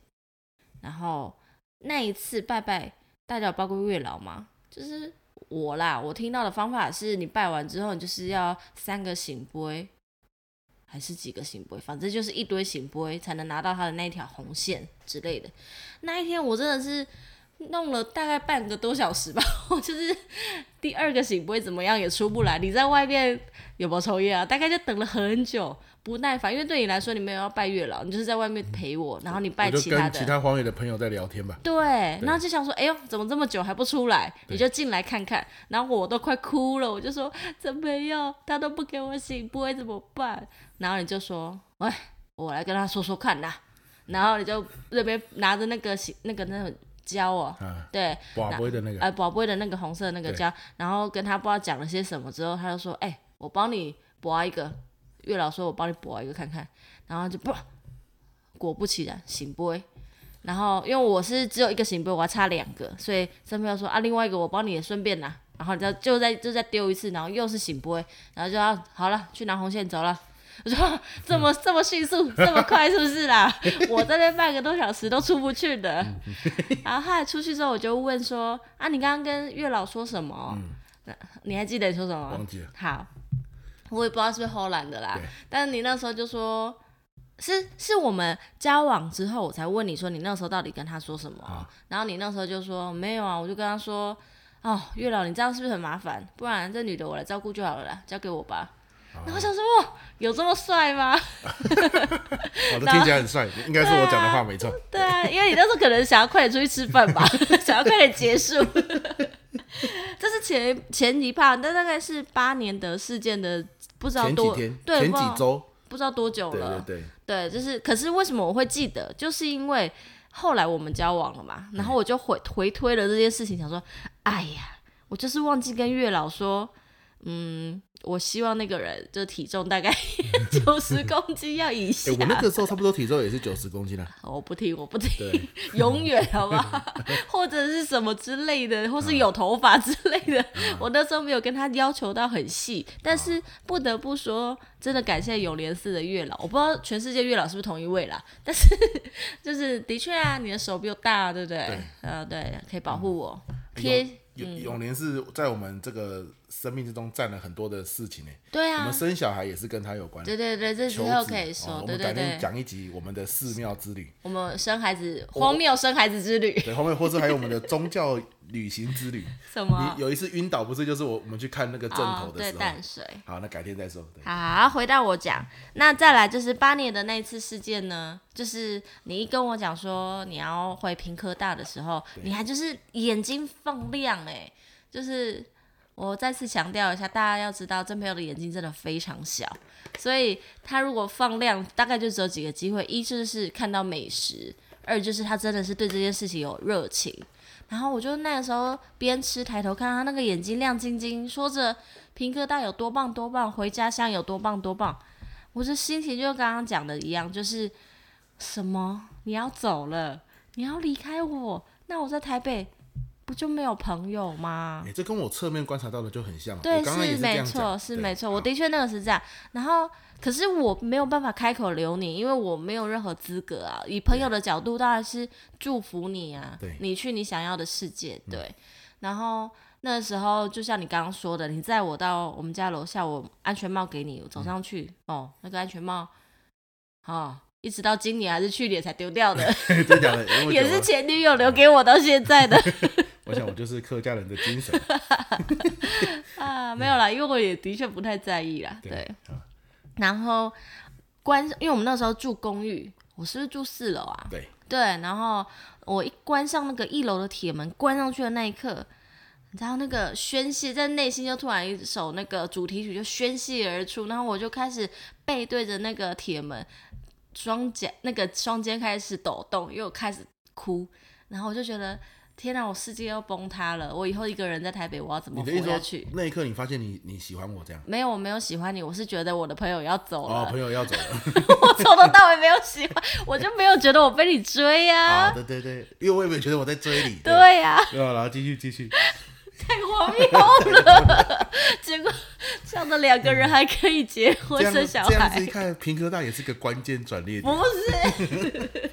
然后那一次拜拜，大家有拜过月老吗？就是我啦，我听到的方法是你拜完之后，你就是要三个醒杯，还是几个醒杯，反正就是一堆醒杯才能拿到他的那一条红线之类的。那一天我真的是弄了大概半个多小时吧， 我就是第二个醒杯怎么样也出不来。你在外面有没有抽烟啊？大概就等了很久，不耐烦，因为对你来说你没有要拜月老，你就是在外面陪我，然后你拜
我就
其他
跟
的。
其他荒野的朋友在聊天吧。
对，然后就想说，哎呦，怎么这么久还不出来？你就进来看看。然后我都快哭了，我就说 怎么样，他都不给我醒，不会怎么办？然后你就说，喂，我来跟他说说看呐。然后你就那边拿着那个醒那个那种胶哦，
啊，
对，
寡不会的那个，
呃，宝贝的那个红色那个
对
胶，然后跟他不知道讲了些什么之后，他就说，哎、我帮你拔一个。月老说，我帮你拔一个看看。然后就 不，果不其然，醒杯。然后因为我是只有一个醒杯，我还差两个，所以身边又说啊，另外一个我帮你也顺便拿。然后你知道就再就再丢一次，然后又是醒杯，然后就要好了，去拿红线走了。 我说啊这么这么迅速，这么快是不是啦？我这边半个多小时都出不去的。然后后来出去之后，我就问说啊，你刚刚跟月老说什么？那你还记得你说什么吗？
忘记了。
好，我也不知道是不是偷懒的啦
对。
但是你那时候就说，是是我们交往之后，我才问你说你那时候到底跟他说什么啊、然后你那时候就说没有啊，我就跟他说，哦，月老，你这样是不是很麻烦？不然这女的我来照顾就好了啦，交给我吧。
啊
然后我想说，哇，有这么帅吗？
好的，听起来很帅，
啊
应该是我讲的话没错。
对啊，因为你那时候可能想要快点出去吃饭吧， 想要快点结束。 这是前前一趴，但大概是八年的事件的，不知道
前几
多
天，
对
前
不知道
几周，
不知道多久
对
了。
对对，
对，就是，可是为什么我会记得？就是因为后来我们交往了嘛，然后我就回回推了这件事情，想说，哎呀，我就是忘记跟月老说，嗯，我希望那个人就体重大概 九十公斤要以下
哎，。我那个时候差不多体重也是九十公斤啊了。
我不听，我不听，
对，
永远好不好？ 或者是什么之类的，或是有头发之类的。
嗯
我那时候没有跟他要求到很细，但是不得不说，真的感谢永联寺的月老。我不知道全世界月老是不是同一位啦，但是 就是的确啊，你的手比我大，对不对？呃，对，可以保护
嗯
我。贴、嗯
永永年是在我们这个生命之中占了很多的事情呢。
对
我们
啊，
生小孩也是跟他有关。
对对对，这之
求
后
子
可以
哦
说，
我
对
们
对
改天
对，
讲一集我们的寺庙之旅。
我们生孩子荒谬生孩子之旅。
对，后面或者还有我们的宗教旅行之旅。
什么
你？有一次晕倒，不是就是我我们去看那个正头
哦，
的
对
时候。
淡水。
好，那改天再说。对，
好，回到我讲，那再来就是八年的那一次事件呢，就是你一跟我讲说你要回平科大的时候，你还就是眼睛放亮哎、就是我再次强调一下，大家要知道真朋友的眼睛真的非常小，所以他如果放亮，大概就只有几个机会，一就是看到美食，二就是他真的是对这件事情有热情。然后我就那个时候边吃，抬头看他那个眼睛亮晶晶，说着平哥大有多棒多棒，回家乡有多棒多棒。我这心情就跟刚刚讲的一样，就是什么你要走了，你要离开我，那我在台北不就没有朋友吗
哎、？这跟我侧面观察到的就很像嘛。
对，
我刚刚也这
没
样
错，
讲。
是
对
没错，
好
我的确那个是这样。然后，可是我没有办法开口留你，因为我没有任何资格啊。以朋友的角度，当然是祝福你啊
对，嗯
你去你想要的世界。对，然后那时候就像你刚刚说的，你载我到我们家楼下，我安全帽给你，我
嗯
走上去，哦，那个安全帽，哦，一直到今年还是去年才丢掉 的，
真的假的？因为我
也
觉得
是前女友留给我到现在的。
我想我就是客家人的精 神。
啊，没有啦，因为我也的确不太在意啦。对，
啊
然后关，因为我们那时候住公寓，我是不是住四楼啊？
对，
对，然后我一关上那个一楼的铁门，关上去的那一刻，你知道那个宣泄在内心就突然一首那个主题曲就宣泄而出，然后我就开始背对着那个铁门，双脚那个双肩开始抖动，因为我开始哭，然后我就觉得。天啊哪！我世界要崩塌了！我以后一个人在台北，我要怎么
你
活
的意思
下
说
去？
那一刻你发现你你喜欢我这样？
没有，我没有喜欢你，我是觉得我的朋友要走
哦，
了，
朋友要走了
我从头到尾没有喜欢，我就没有觉得我被你追呀、
啊！对对对，因为我也没有觉得我在追你。对，
对呀、
对啊然后继续继续。
太荒谬了！结果这样的两个人还可以结婚
这样
生小
这样子
孩
一，看，平科大也是个关键转 捩点。
不是？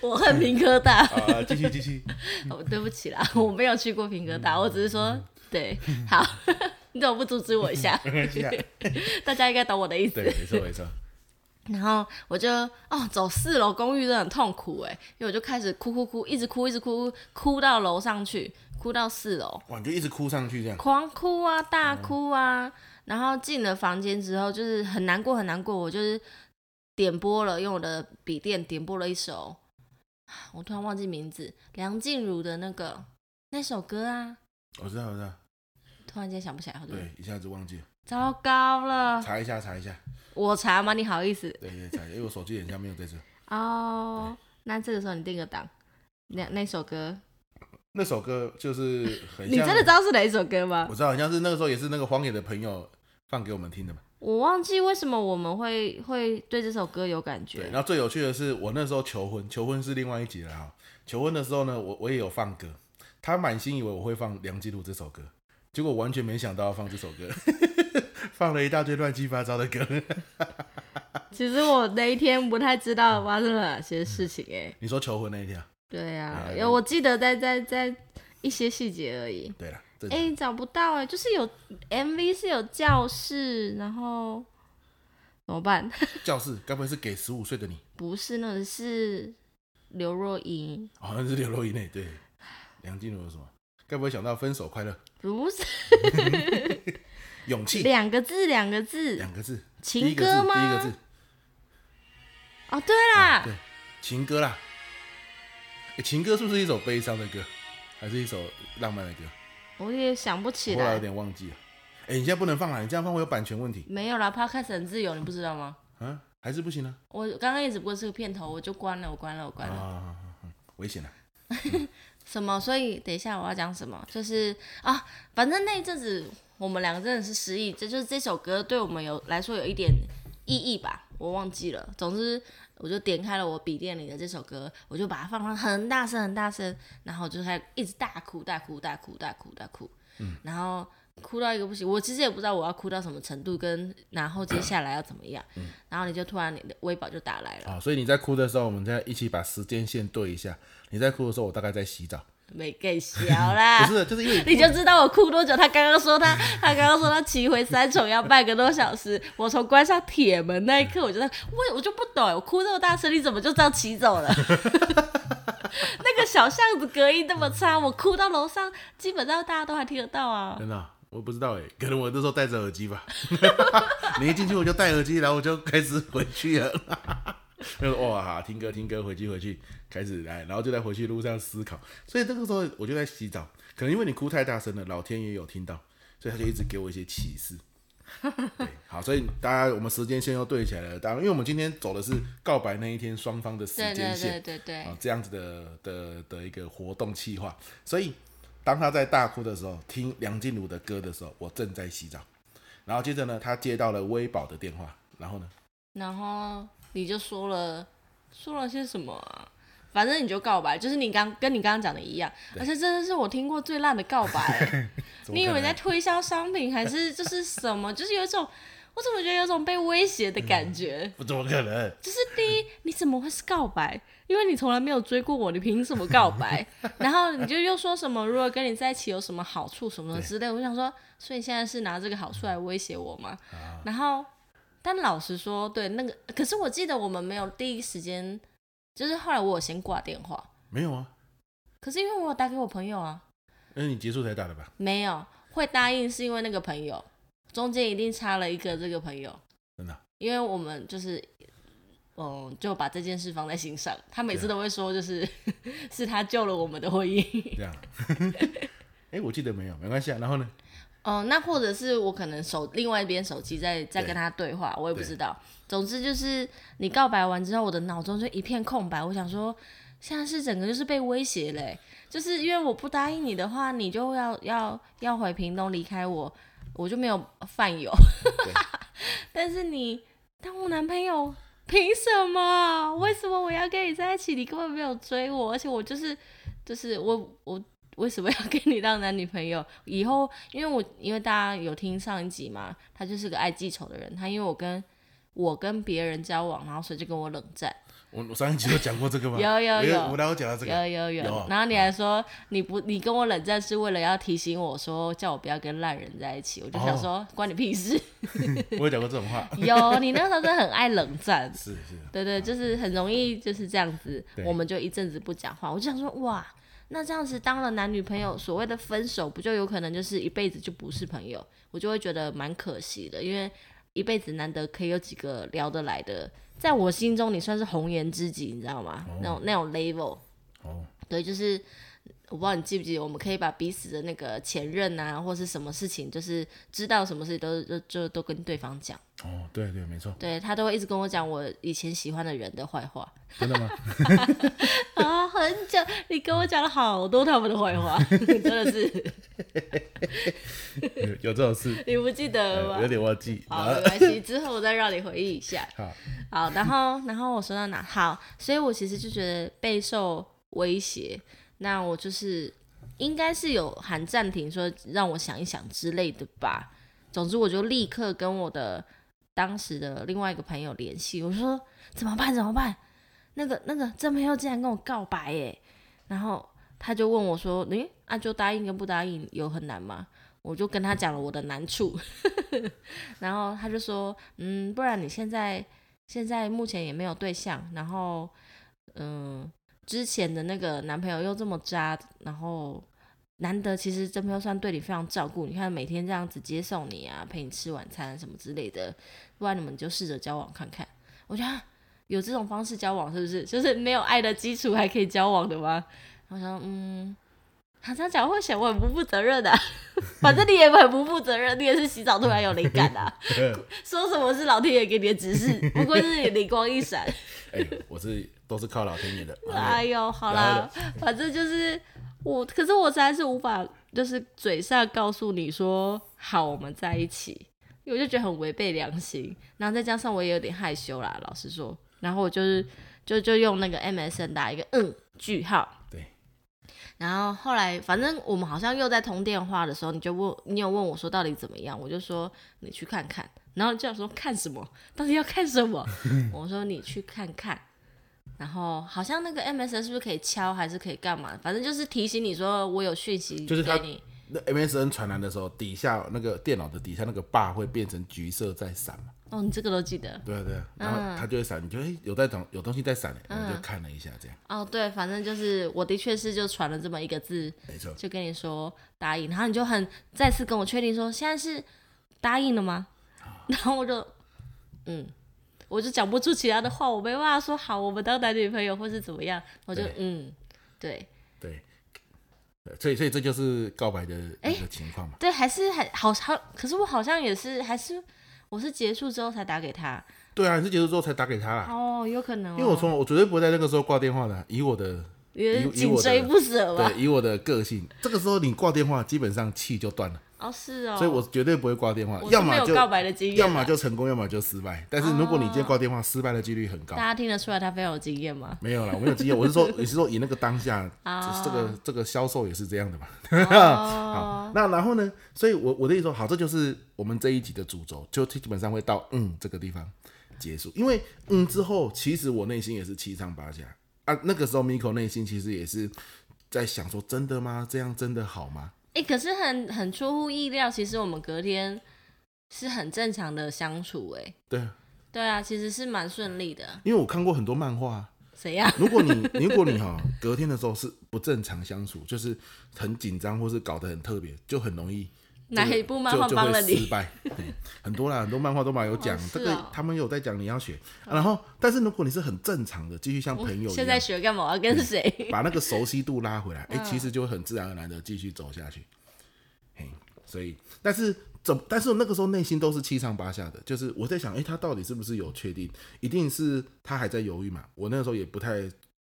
我恨平科大、
啊，继续继 续。
哦，对不起啦， 我没有去过平科
嗯
大，我只是说对，好， 你怎么不阻止我一 下？
没关系啊
大家应该懂我的意思
对，。没错没错。
然后我就哦，走四楼公寓真的很痛苦哎，因为我就开始哭哭哭，一直哭一直哭，哭到楼上去，哭到四楼，
哇，你就一直哭上去这样。
狂哭啊，大哭啊。然后进了房间之后，就是很难过很难过，我就是点播了，用我的笔电点播了一首，啊我突然忘记名字，梁静茹的那个那首歌啊，
我知道我知道，
突然间想不起来，对不对
对，一下子忘记了，
糟糕了，
查一下查一下。
我查吗？你好意思？
对对查一下，因为我手机眼下没有在这。
哦，那这个时候你定个档，那那首歌，
那首歌就是很
你
像
真的知，道是哪一首歌吗
我？知道，好像是那个时候也是那个荒野的朋友放给我们听的嘛。
我忘记为什么我们会会对这首歌有感
对，
觉
然后最有趣的是，我那时候求婚，求婚是另外一集了哈。求婚的时候呢，我我也有放歌，他满心以为我会放梁静茹这首歌，结果完全没想到要放这首歌， 放了一大堆乱七八糟的歌。
其实我那一天不太知道发生了哪些事情哎、
你说求婚那一天啊？
对啊，
哎
有我记得在在在一些细节而已。
对了，这、
哎、找不到哎、就是有 MV 是有教室，然后怎么办？
教室该不会是给十五岁的你？
不是那个是刘若英，
好哦像是刘若英内对，梁静茹有什么？该不会想到分手快乐、
不是
勇气
两个字两个字
两个字？第一
情
个
歌
字，
吗？
第一个字，啊
哦，对啦，
对，情歌啦。诶情歌是不是一首悲伤的歌，还是一首浪漫的歌？
我也想不起
我后来有
来。
点忘记了。哎、你现在不能放了，你这样放会有版权问题
没有啦，Podcast 很自由，你不知道吗？
啊，还是不行啊
我刚刚也只不过是个片头，我就关了，我关了，我关了。
啊，危险了、
什么？所以等一下我要讲什么？就是啊，反正那一阵子我们两个真的是失忆，这就是这首歌对我们有来说有一点意义吧，我忘记了。总之，我就点开了我笔电里的这首歌，我就把它放到很大声很大声，然后我就开始一直大哭大哭大哭大哭大哭，嗯，然后。哭到一个不行，我其实也不知道我要哭到什么程度，跟然后接下来要怎么样。
嗯
然后你就突然你的微宝就打来了，
啊！所以你在哭的时候，我们再一起把时间线对一下。你在哭的时候，我大概在洗澡，
没给小 啦。
不是，就是因为
你就知道我哭多久。他刚刚说他，他刚刚说他骑回三重要半个多小时。我从关上铁门那一刻，我就在，我我就不懂，我哭这么大声，你怎么就这样骑走了？ 那个小巷子隔音那么差，我哭到楼上，基本上大家都还听得到啊。
真的啊、我不知道哎， 可能我那时候戴着耳机吧。 你一进去我就戴耳机，然后我就开始回去了。 就说哇，好听歌听歌，回去回去，开始来，然后就在回去路上思考。所以那个时候我就在洗澡，可能因为你哭太大声了，老天爷有听到，所以他就一直给我一些启 示。对，好，所以大家我们时间线又对起来了。当然，因为我们今天走的是告白那一天双方的时
对
间
对
线
对，对对
啊，这样子的的的一个活动计划。所以，当他在大哭的时候，听梁静茹的歌的时候，我正在洗澡。然后接着呢，他接到了微宝的电话，然后呢，
然后你就说了说了些什么啊？反正你就告白，就是你刚跟你刚刚讲的一样，而且真的是我听过最烂的告 白欸。
怎么
你以
可
为
能
在推销商品还 是就是什么？就是有一种，我怎么觉得有种被威胁的
嗯
感觉？
不怎么可能？
就是第一，你怎么会是告白？因为你从来没有追过我，你凭什么告白？然后你就又说什么，如果跟你在一起有什么好处什么的之类，我想说，所以你现在是拿这个好处来威胁我吗？
啊
然后，但老实说，对那个，可是我记得我们没有第一时间，就是后来我有先挂电话，
没有啊，
可是因为我有打给我朋友啊，
那你结束才打的吧？
没有会答应是因为那个朋友中间一定插了一个这个朋友，
真的啊、
因为我们就是，嗯，就把这件事放在心上。他每次
啊
都会说，就是 是他救了我们的婚姻。
这样。 哎、我记得没有，没关系啊。然后呢？
哦、那或者是我可能手另外一边手机在在
对
跟他对话，我也不
对
知道。总之就是你告白完之后，我的脑中就一片空白。我想说，现在是整个就是被威胁嘞、就是因为我不答应你的话，你就要要要回屏东离开我，我就没有饭友。 但是你当我男朋友，凭什么？为什么我要跟你在一起？你根本没有追我，而且我就是就是我我为什么要跟你当男女朋友？ 以后因为我因为大家有听上一集嘛，他就是个爱记仇的人，他因为我跟。我跟别人交往，然后所以就跟我冷战，
我我上一集有讲过这个吗？
有有
我
有
我然后讲到这
有
个，
有有，
有啊
然后你还说你不你跟我冷战是为了要提醒我说叫我不要跟烂人在一起，我就想
哦
说、关你 屁事。
我有讲过这种话。
有你那时候真的很爱冷战，
是是，
对对，就是很容易就是这样子，
对
我们就一阵子不讲话。我就想说，哇，那这样子当了男女朋友，所谓的分手，不就有可能就是一辈子就不是朋友？我就会觉得蛮可惜的，因为一辈子难得可以有几个聊得来的，在我心中你算是红颜知己，你知道吗？那种那种 level，
哦，
对，就是我不知道你记不记得，我们可以把彼此的那个前任啊，或是什么事情，就是知道什么事情都就就都跟对方讲。
哦，对对，没错，
对他都会一直跟我讲我以前喜欢的人的坏话
真的吗？
啊，很久，你跟我讲了好多他们的坏话， 真的是
有有这种事，
你不记得
呃
吗？
有点啊忘记。然
啊好，
后
没关系，之后我再让你回忆一下。
好，
好，然后然后我说到哪？好，所以我其实就觉得备受威胁，那我就是应该是有喊暂停，说让我想一想之类的吧。总之，我就立刻跟我的当时的另外一个朋友联系，我说怎么办？怎么办？那个那个真朋友竟然跟我告白耶！然后他就问我说：“诶、啊，就答应跟不答应有很难吗？”我就跟他讲了我的难处， 然后他就说：“嗯，不然你现在现在目前也没有对象，然后嗯、之前的那个男朋友又这么渣，然后难得其实真朋友算对你非常照顾，你看每天这样子接送你啊，陪你吃晚餐什么之类的，不然你们就试着交往看看。我觉得啊有这种方式交往是不是 就是没有爱的基础还可以交往的吗？我想嗯。他这样讲会显得我很不负责任的、啊， 反正你也很不负责任，你也是洗澡突然有灵感的、啊，说什么是老天爷给你的指示，不过是你灵光一闪。
哎、我是都是靠老天爷 的。
哎呦，好啦，反正就是我，可是我实在是无法，就是嘴上告诉你说好，我们在一起，因为我就觉得很违背良心。然后再加上我也有点害羞啦，老实说。然后我就是就就用那个 MSN 打一个嗯句号，
对，
然后后来，反正我们好像又在通电话的时候，你就问，你有问我说到底怎么样，我就说你去看看，然后你就想说看什么，到底要看什么？ 我说你去看看，然后好像那个 MSN 是不是可以敲，还是可以干嘛？反正就是提醒你说我有讯息
就是它
给你，
那 MSN 传来的时候，底下那个电脑的底下那个坝会变成橘色在闪嘛？
哦，你这个都记得
对啊对啊，然后它就会闪，你就哎、有在长有东西在闪、欸，
嗯
然后就看了一下这样，
哦？对，反正就是我的确是就传了这么一个字，
没错，
就跟你说答应，然后你就很再次跟我确定说现在是答应了吗？
啊
然后我就嗯，我就讲不出其他的话，我没办法说好，我们当男女朋友或是怎么样，我就
对
嗯，对
对，对所以所以这就是告白的一个情况嘛。
对，还是还好像，可是我好像也是还是我是结束之后才打给他，
对啊，你是结束之后才打给他啦，
哦，有可能、哦，
因为我从我绝对不会在那个时候挂电话的，以我的
有
以
点
我
紧追不舍吧？
对以我的个性，这个时候你挂电话基本上气就断了，
哦，是哦，
所以我绝对不会挂电话，
我是
要
没
么
有
就
告白的经验啦，啊
要么就成功，要么就失败。但是如果你今天挂电话，失败的几率很高
大。家听得出来他非常有经 验吗？
没有啦，我没有经验，我是说，也 是说以那个当下，
哦
这个这个销售也是这样的嘛。
哦，
那然后呢？所以我我的意思说，好，这就是我们这一集的主轴，就基本上会到嗯这个地方结束。因为嗯之后，其实我内心也是七上八下啊。那个时候，Miko 内心其实也是在想说，真的吗？这样真的好吗？
哎、可是很很出乎意料，其实我们隔天是很正常的相处、哎，
对啊，
对啊，其实是蛮顺利的。
因为我看过很多漫画啊，
谁 呀、
如果你如果你哈、隔天的时候是不正常相处，就是很紧张或是搞得很特别，就很容易
哪一部漫画
就就
帮了
会失
你？
败， 对，很多啦，很多漫画都嘛有讲、
哦
这
是
个
哦，
他们有在讲你要学。啊然后，但是如果你是很正常的，继续像朋友一
嗯现在
样，嗯
学干嘛？我要跟谁？
把那个熟悉度拉回来，哎、
嗯
其实就会很自然而然的继续走下去。嘿，所以，但是怎，但是我那个时候内心都是七上八下的，就是我在想，哎、他到底是不是有确定？一定是他还在犹豫嘛？我那个时候也不太。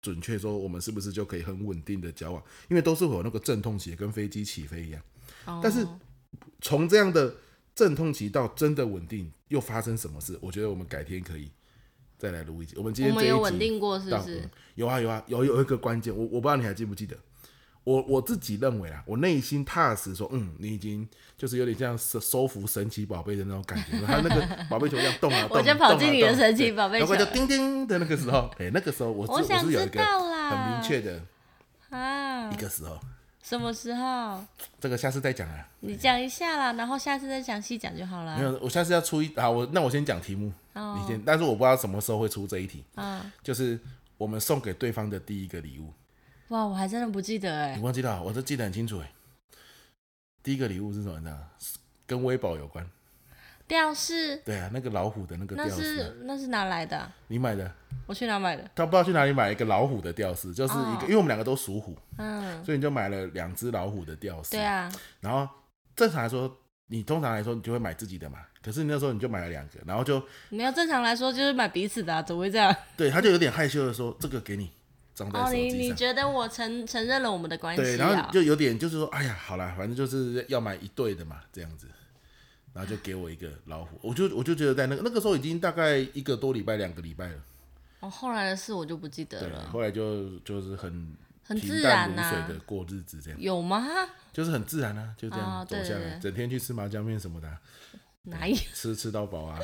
准确说，我们是不是就可以很稳定的交往？因为都是会有那个阵痛期，跟飞机起飞一样。 但是
哦
从这样的阵痛期到真的稳定，又发生什么事？我觉得我们改天可以再来录一集。我们今
我
天这
们
一集
有稳定过，是
到
不是
嗯？有啊有啊有有一个关键，我我不知道你还记不记得。我我自己认为啊，我内心踏实说，嗯，你已经就是有点像收收服神奇宝贝的那种感觉，他那 个宝贝球要动啊动啊，
我就跑进
动啊
你的
动啊
神奇
对
宝贝
然后
球
就叮叮的那个时候，哎、那个时候我是
我想
是有一
知
个
道啦
很明确的
啊
一，个时候，
什么时候？
这个下次再讲啊。
你讲一下啦，然后下次再详细讲就好
没
啦。
有，我下次要出一啊，我那我先讲题目，
哦
你先，但是我不知道什么时候会出这一题，
啊，
就是我们送给对方的第一个礼物，
哇，我还真的不记得哎、
你忘记了？我都记得很清楚哎。第一个礼物是什么？你知道吗？跟微宝有关。
吊饰
对啊，那个老虎的那个吊
那
饰啊，
是那是哪来的啊、
你买的？
我去哪买的？
他不知道去哪里买一个老虎的吊饰，就是一
哦
个，因为我们两个都属虎，
嗯，
所以你就买了两只老虎的吊饰。
对。啊，
然后正常来说，你通常来说你就会买自己的嘛，可是你那时候你就买了两个，然后就
没有正常来说就是买彼此的、啊，怎么会这样？
对他就有点害羞的说：“这个给你，装在
哦，
手机
你
上。
你觉得我承承认了我们的关系、啊？
对，然后你就有点就是说，哎呀，好啦，反正就是要买一对的嘛，这样子，然后就给我一个老虎，我就我就觉得在那个那个时候已经大概一个多礼拜、两个礼拜了，
哦，后来的事我就不记得
对，
了，
后来就就是很
很自
平
然
淡
啊呐、
如水的过日子，这样
有吗？
就是很自然啊，就这
哦
样走
对
下
对
来，
对
整天去吃麻酱面什么的啊，
哪有？
吃吃到饱啊，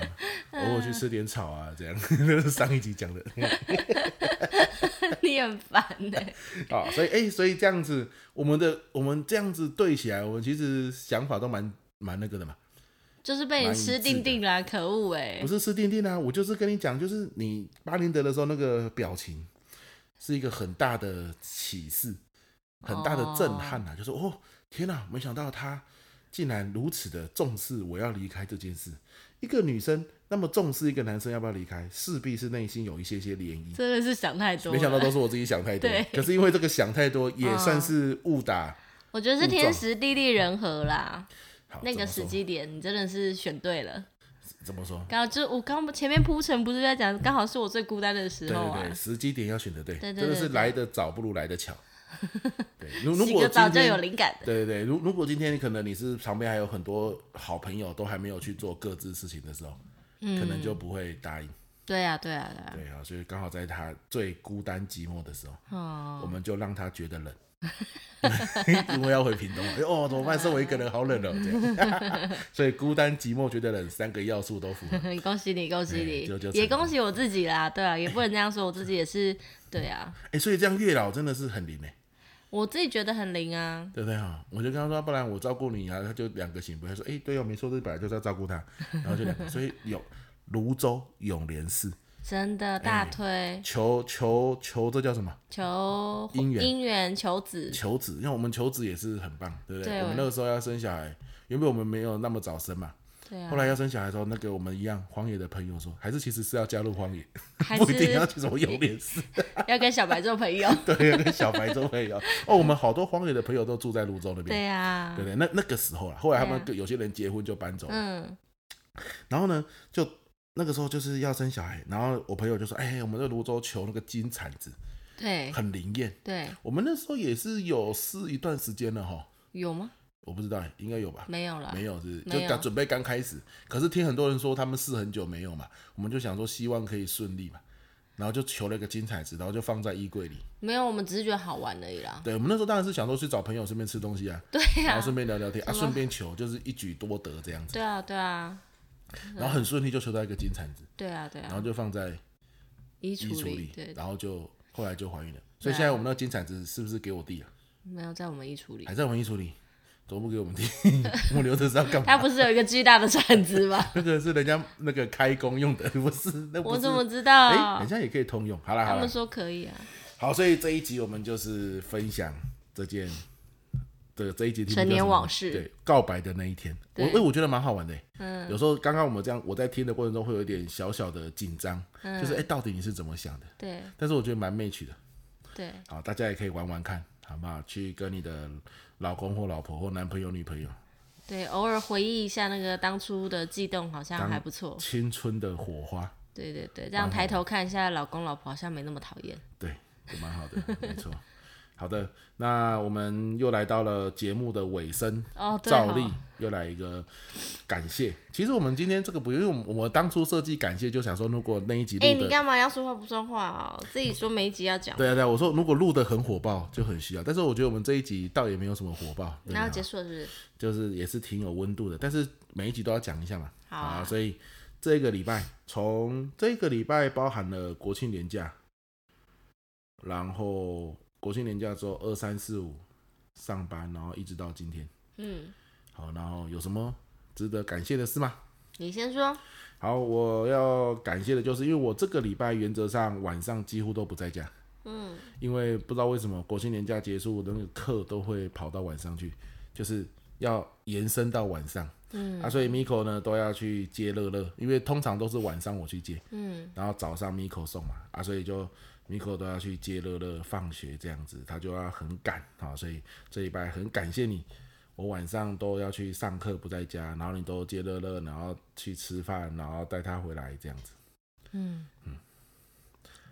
偶尔去吃点草啊，这样， 上一集讲的。
你很烦欸呢、
啊，所以哎、所以这样子，我们的我们这样子对起来，我们其实想法都蛮蛮那个的嘛，
就是被你吃定定啦，可恶哎、
不是吃定定啊，我就是跟你讲，就是你巴林德的时候那个表情，是一个很大的启示，很大的震撼啊，就是哦，天哪、没想到他竟然如此的重视我要离开这件事。一个女生那么重视一个男生要不要离开，势必是内心有一些些涟漪。
真的是想太多了。
没想到都是我自己想太多
对，嗯
可是因为这个想太多，也算是误打。
我觉得是天时地利人和啦，
好
那个
怎
时
么说
机点你真的是选对了。
怎么说？
刚好就我刚前面铺陈不是在讲，刚好是我最孤单的时
对
候
对
啊。
对，时机点要选的对，
对对
真的
对
是
对
来得早不如来得 巧。对，如如
洗
果
个澡
今
就有
天，
灵感的。
对对对，如如果今天可能你是旁边还有很多好朋友都还没有去做各自事情的时候，
嗯
可能就不会答应。
对啊，对啊，对啊。
对啊，所以刚好在他最孤单寂寞的时候，
哦，
我们就让他觉得冷。 因为要回屏东了，哎 哦，怎么办？剩我一个人，好冷哦，这样。所以孤单、寂寞、觉得冷三个要素都符合。
恭喜你，恭喜
哎就就
你，
成
也恭喜我自己啦。对啊，也不能这样说，我自己也是。对啊，
哎，所以这样月老真的是很灵哎。
我自己觉得很灵啊。
对不对哈？我就跟他说，不然 我照顾你啊，他就两个行不？他说，哎，对哦，没错，这本来就是要照顾他，然后就两个，所以有泸州永联寺，
真的大推
求求求，这叫什么？
求
哎姻缘
姻缘求子，
求子，因为我们求子也是很棒，对不对？
对
我们那个时候要生小孩，原本我们没有那么早生嘛。
对啊
后，来要生小孩的时候，那个我们一样荒野的朋友说，还是其实是要加入荒 野，
还
不一定
是
要去什么永联寺。
要跟小白做朋友。
对，跟小白都会有。哦，我们好多荒野的朋友都住在泸州那边，
对啊
对不，对？那那个时候啦，后来他们
对啊
有些人结婚就搬走了，
嗯，
然后呢，就那个时候就是要生小孩，然后我朋友就说：“哎，我们在泸州求那个金铲子，
对
很灵验。
对，”
我们那时候也是有试一段时间了哈，
有吗？
我不知道，应该有吧？
没有了，啊
没有，是不
没
是
有
就刚准备刚开始，可是听很多人说他们试很久没有嘛，我们就想说希望可以顺利嘛，然后就求了一个金铲子，然后就放在衣柜里。
没有，我们只是觉得好玩而已啦。
对我们那时候当然是想说去找朋友顺便吃东西啊，
对
然
啊
后，顺便聊聊天啊，
么
顺便求，就是一举多得这样子。
对啊，对啊，
然后很顺利就求到一个金铲子，
对啊，对
然后
啊，
就放在
衣
衣
橱
橱
里
里，，
对，
然后就后来就怀孕了。所
对
以
啊
现在我们那个金铲子是不是给我弟了？啊
没有在我们衣橱里
还。在我们衣橱里，怎么不给我们弟？ 我留着是要干
它
嘛？
不是有一个巨大的铲子吗？
那个是人家那个开工用的， 不是？那 不
我
是
怎么知
哎，
道
人？家也可以通用。好啦
他
好
们
啦，
说可以啊，
好，所以这一集我们就是分享这件的这一集题目叫
陈年
什么
往事
对告白的那一天，我
对
哎我觉得蛮好玩的。嗯，有时候刚刚我们这样，我在听的过程中会有一点小小的紧张，
嗯
就是哎到底你是怎么想的？
对
但是我觉得蛮 match 的，
对
好，大家也可以玩玩看，好不好？去跟你的老公或老婆或男朋友、女朋友，
对，偶尔回忆一下那个当初的悸动，好像
当
还不错。
青春的火花，
对对对，这样抬头看一下老公老婆，好像没那么讨厌。
对，也蛮好的， 没错。好的，那我们又来到了节目的尾声，
哦，对
照
哦，
例又来一个感谢。其实我们今天这个不，因为我们我们当初设计感谢，就想说如果那一集
哎，
录
你
的，
干嘛要说话不算话哦？自己说每一集要讲，
对啊对啊，我说如果录的很火爆就很需要，但是我觉得我们这一集倒也没有什么火爆，对
然
啊
后结束了是不是？
就是也是挺有温度的，但是每一集都要讲一下嘛。
好啊
所以这个礼拜从这个礼拜包含了国庆年假，然后国庆年假之后二三四五上班，然后一直到今天。
嗯，
好，然后有什么值得感谢的事吗？
你先说。
好，我要感谢的就是，因为我这个礼拜原则上晚上几乎都不在家，
嗯，
因为不知道为什么国庆年假结束，那个课都会跑到晚上去，就是要延伸到晚上。嗯，啊，所以 Miko 呢都要去接乐乐，因为通常都是晚上我去接，嗯，然后早上 Miko 送嘛，啊，所以就 Miko 都要去接乐乐放学这样子，他就要很赶啊，所以这礼拜很感谢你，我晚上都要去上课，不在家，然后你都接乐乐，然后去吃饭，然后带他回来这样子。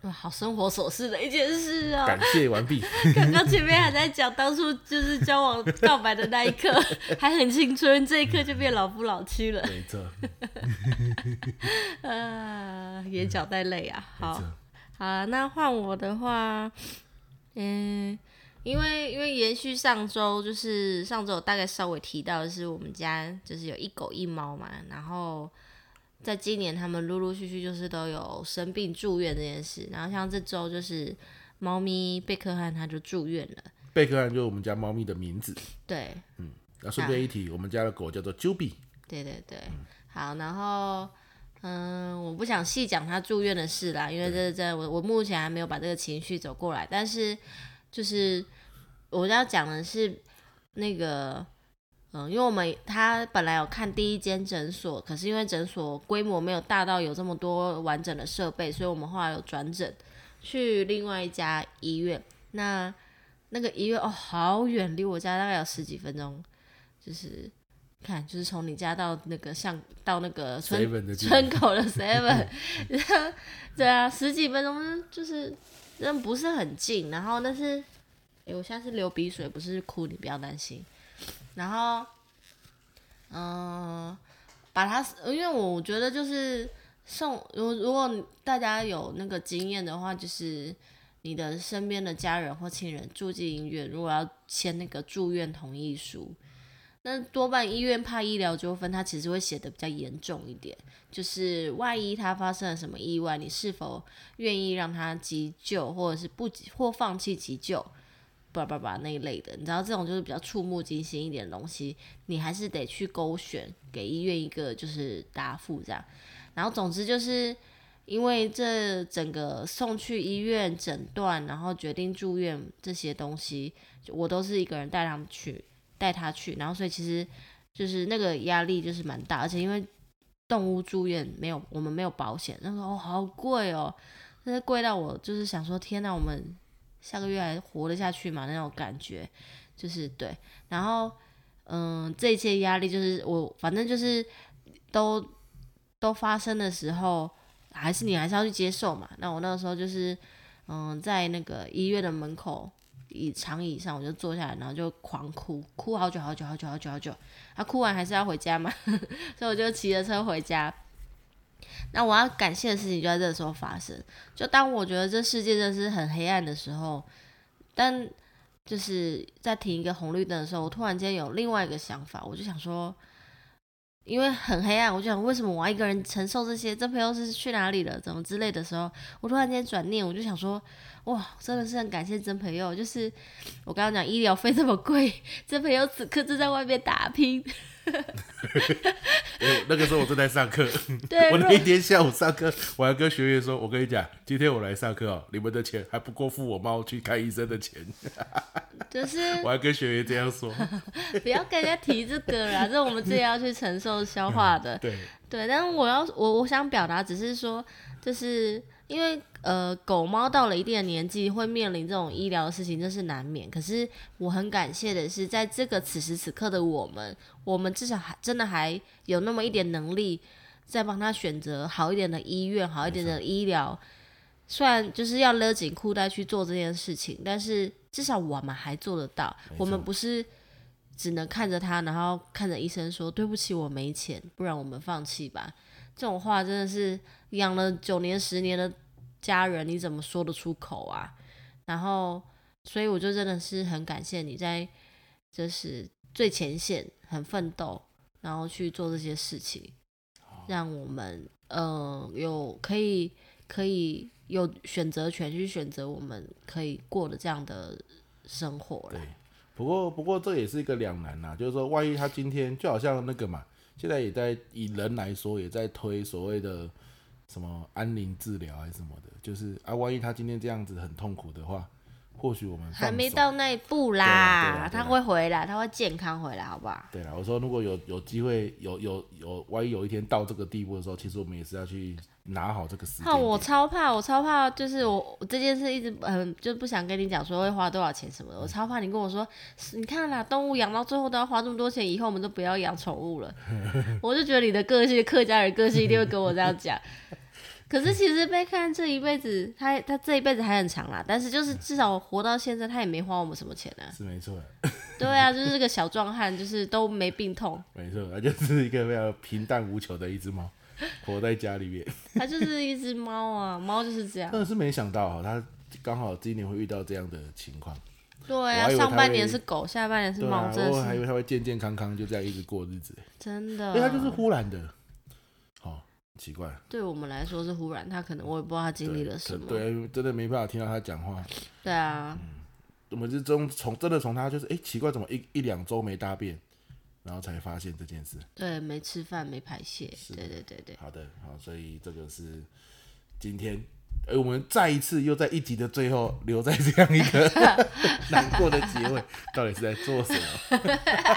哇，好生活琐事的一件事哦。
感谢完毕，
刚刚前面还在讲当初就是交往告白的那一刻 还很青春，这一刻就变老夫老妻了，
没错，
呃，眼角带泪啊。
嗯没
好
错，，
好啊，那换我的话，嗯，因为因为延续上周，就是上周我大概稍微提到，就是我们家就是有一狗一猫嘛，然后在今年他们陆陆续续就是都有生病住院这件事，然后像这周就是猫咪贝克汉它就住院了，
贝克汉就是我们家猫咪的名字。
对，
那顺便一提，我们家的狗叫做 Juby，
对对对，
嗯
好，然后嗯，我不想细讲他住院的事啦，因为这这我我目前还没有把这个情绪走过来，但是就是我要讲的是那个。嗯，因为我们他本来有看第一间诊所，可是因为诊所规模没有大到有这么多完整的设备，所以我们后来有转诊去另外一家医院。那那个医院哦，好远，离我家大概有十几分钟，就是看，就是从你家到那个巷到那个村
Seven 的距离
村口的 seven，对啊，十几分钟就是真的不是很近。然后但是，诶，我现在是流鼻水，不是哭，你不要担心。然后，嗯、把它，因为我觉得就是送，如如果大家有那个经验的话，就是你的身边的家人或亲人住进医院，如果要签那个住院同意书，那多半医院怕医疗纠纷，它其实会写的比较严重一点，就是万一他发生了什么意外，你是否愿意让他急救，或者是不急或放弃急救，叭叭叭那一类的，你知道这种就是比较触目惊心一点的东西，你还是得去勾选给医院一个就是答复这样。然后总之就是因为这整个送去医院诊断，然后决定住院这些东西，我都是一个人带他们去，带他去，然后所以其实就是那个压力就是蛮大，而且因为动物住院没有我们没有保险，那时候、哦、好贵哦，真是贵到我就是想说天哪，我们下个月还活得下去吗？那种感觉就是对，然后。嗯，这一切压力就是我，反正就是都都发生的时候，还是你还是要去接受嘛。那我那个时候就是，嗯，在那个医院的门口椅长椅上，我就坐下来，然后就狂哭，哭好久好久好久好久好久。啊，哭完还是要回家嘛，所以我就骑着车回家。那我要感谢的事情就在这个时候发生，就当我觉得这世界真的是很黑暗的时候，但就是在停一个红绿灯的时候，我突然间有另外一个想法，我就想说，因为很黑暗，我就想为什么我要一个人承受这些？这朋友是去哪里了？怎么之类的时候，我突然间转念，我就想说，哇，真的是很感谢真朋友，就是我刚刚讲医疗费这么贵， 真朋友此刻正在外面打拼。
哎 那个时候我正在上课，
对
我
如
那
果
一天下午上课，我还跟学员说：“我跟你讲，今天我来上课哦，你们的钱还不够付我猫去看医生的钱。
就是”
我还跟学员这样说。
不要跟人家提这个啦，这我们自己要去承受消化的。
对，
对，但是我要我我想表达只是说，就是因为呃，狗猫到了一定的年纪会面临这种医疗的事情，这是难免。可是我很感谢的是，在这个此时此刻的我们，我们至少还真的还有那么一点能力，在帮他选择好一点的医院、好一点的医疗。虽然就是要勒紧裤带去做这件事情，但是至少我们还做得到。我们不是只能看着他，然后看着医生说：“对不起，我没钱，不然我们放弃吧。”这种话真的是养了九年、十年的家人，你怎么说得出口啊？然后，所以我就真的是很感谢你在就是最前线很奋斗，然后去做这些事情，
哦
让我们呃有可以可以有选择权去选择我们可以过的这样的生活了。
不过不过这也是一个两难呐、就是说，万一他今天就好像那个嘛，现在也在以人来说，也在推所谓的什么安宁治疗还是什么的，就是啊，万一他今天这样子很痛苦的话，或许我们放
还没
手
到那一步啦，
对啊对啊对
他
啊
会回来，他会健康回来，好不好？
对啦，我说如果有有机会，有有有，万一有一天到这个地步的时候，其实我们也是要去拿好这个时间
怕
点。
我超怕，我超怕，就是我我这件事一直很就不想跟你讲说会花多少钱什么的，
嗯
我超怕你跟我说，是你看啦，动物养到最后都要花这么多钱，以后我们都不要养宠 物了。我就觉得你的个性，客家人个性一定会跟我这样 讲。可是其实贝克汉这一辈子，他他这一辈子还很长啦，但是
嗯。
就是至少我活到现在，他也没花我们什么钱啊
是没错的，
对啊，就是这个小壮汉，就是都没病痛，
没错，它就是一个非常平淡无求的一只猫，活在家里面。
他就是一只猫啊，猫就 是这样。
真的是没想到哈，它刚好今年会遇到这样的情况。
对
我
啊，
还以为
上
它
半
会
年是狗，下半年是
对
猫，
啊，
真
我
的
还以
是
为它会健健康康，就这样一直过日子，
真
因
的。
为它就是忽然的，哦，奇怪。
对我们来说是忽然，他可能我也不知道他经历了什么。
对，嗯对真的没办法听到它讲话。
对啊，
我们是从从真的从它就是，哎、奇怪，怎么一一两周没大便，然后才发现这件事。
对，没吃饭，没排泄，
是
对对对对，
好的，好，所以这个是今天，哎、我们再一次又在一集的最后留在这样一个 难过的结尾，到底是在做什么？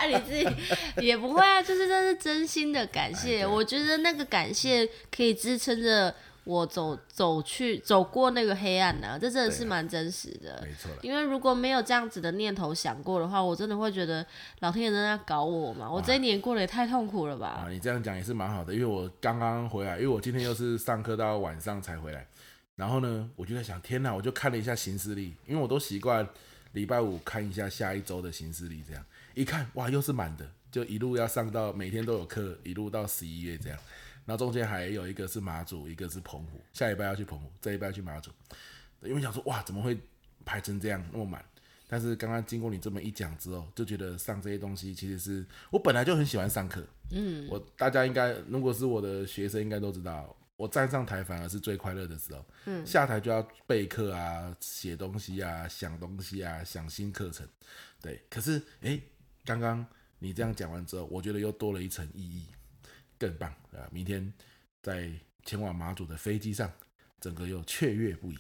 你自己也不会啊，就是这是真心的感
哎
谢。
对
我觉得那个感谢可以支撑着我走走去走过那个黑暗啊，这真的
对
是
啊
蛮真实的。
没错了，
因为如果没有这样子的念头想过的话，我真的会觉得老天爷真的在搞我嘛！我这一年过得也太痛苦了吧
啊，？你这样讲也是蛮好的，因为我刚刚回来，因为我今天又是上课到晚上才回来，然后呢，我就在想，天哪，我就看了一下行事历，因为我都习惯礼拜五看一下下一周的行事历，这样一看，哇，又是满的，就一路要上到每天都有课，一路到十一月这样。然后中间还有一个是马祖，一个是澎湖，下礼拜要去澎湖，这礼拜要去马祖，因为想说哇，怎么会排成这样那么满？但是刚刚经过你这么一讲之后，就觉得上这些东西其实是我本来就很喜欢上课，嗯，我大家应该如果是我的学生应该都知道，我站上台反而是最快乐的时候，嗯，下台就要备课啊、写东西啊、想东西啊、想新课程，对。可是诶，刚刚你这样讲完之后，我觉得又多了一层意义，更棒啊！明天在前往马祖的飞机上，整个又雀跃不已。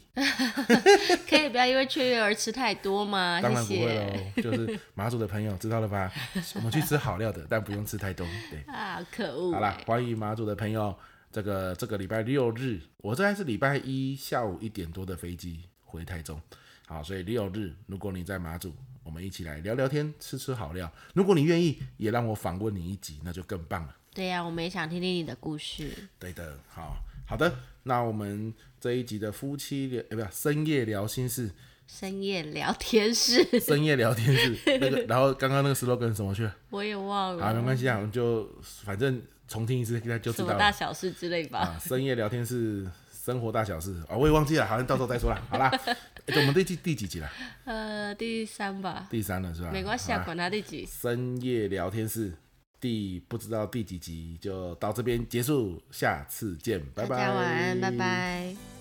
可以不要因为雀跃而吃太多吗？
哎当
谢
然不会
谢。
喽，就是马祖的朋友知道了吧？我们去吃好料的，但不用吃太多。对，
啊，可恶、
好啦
欸，！
欢迎马祖的朋友，这个这个礼拜六日，我这还是礼拜一下午一点多的飞机回台中。好，所以六日如果你在马祖，我们一起来聊聊天，吃吃好料。如果你愿意，也让我访问你一集，那就更棒了。
对呀、我们也想听听你的故事。
对的，好好的，那我们这一集的夫妻聊，呃，不是深夜聊心事，
深夜聊天室，
深夜聊天室那个， 然后刚刚那个 slogan 什么去了？
我也忘
好，没
了
关系啊，我们就反正重听一次，大家就知
什
道
么
了。
大小事之类吧。
啊，深夜聊天是生活大小事啊、我也忘记了，好像到时候再 说啦。好啦，诶我们这季第几集了？
呃，第三吧，
第三了是吧？
没关系
好
啊，
啦
管他第几。
深夜聊天室第不知道第几集就到这边结束，下次见，拜拜，
大家晚安，拜拜。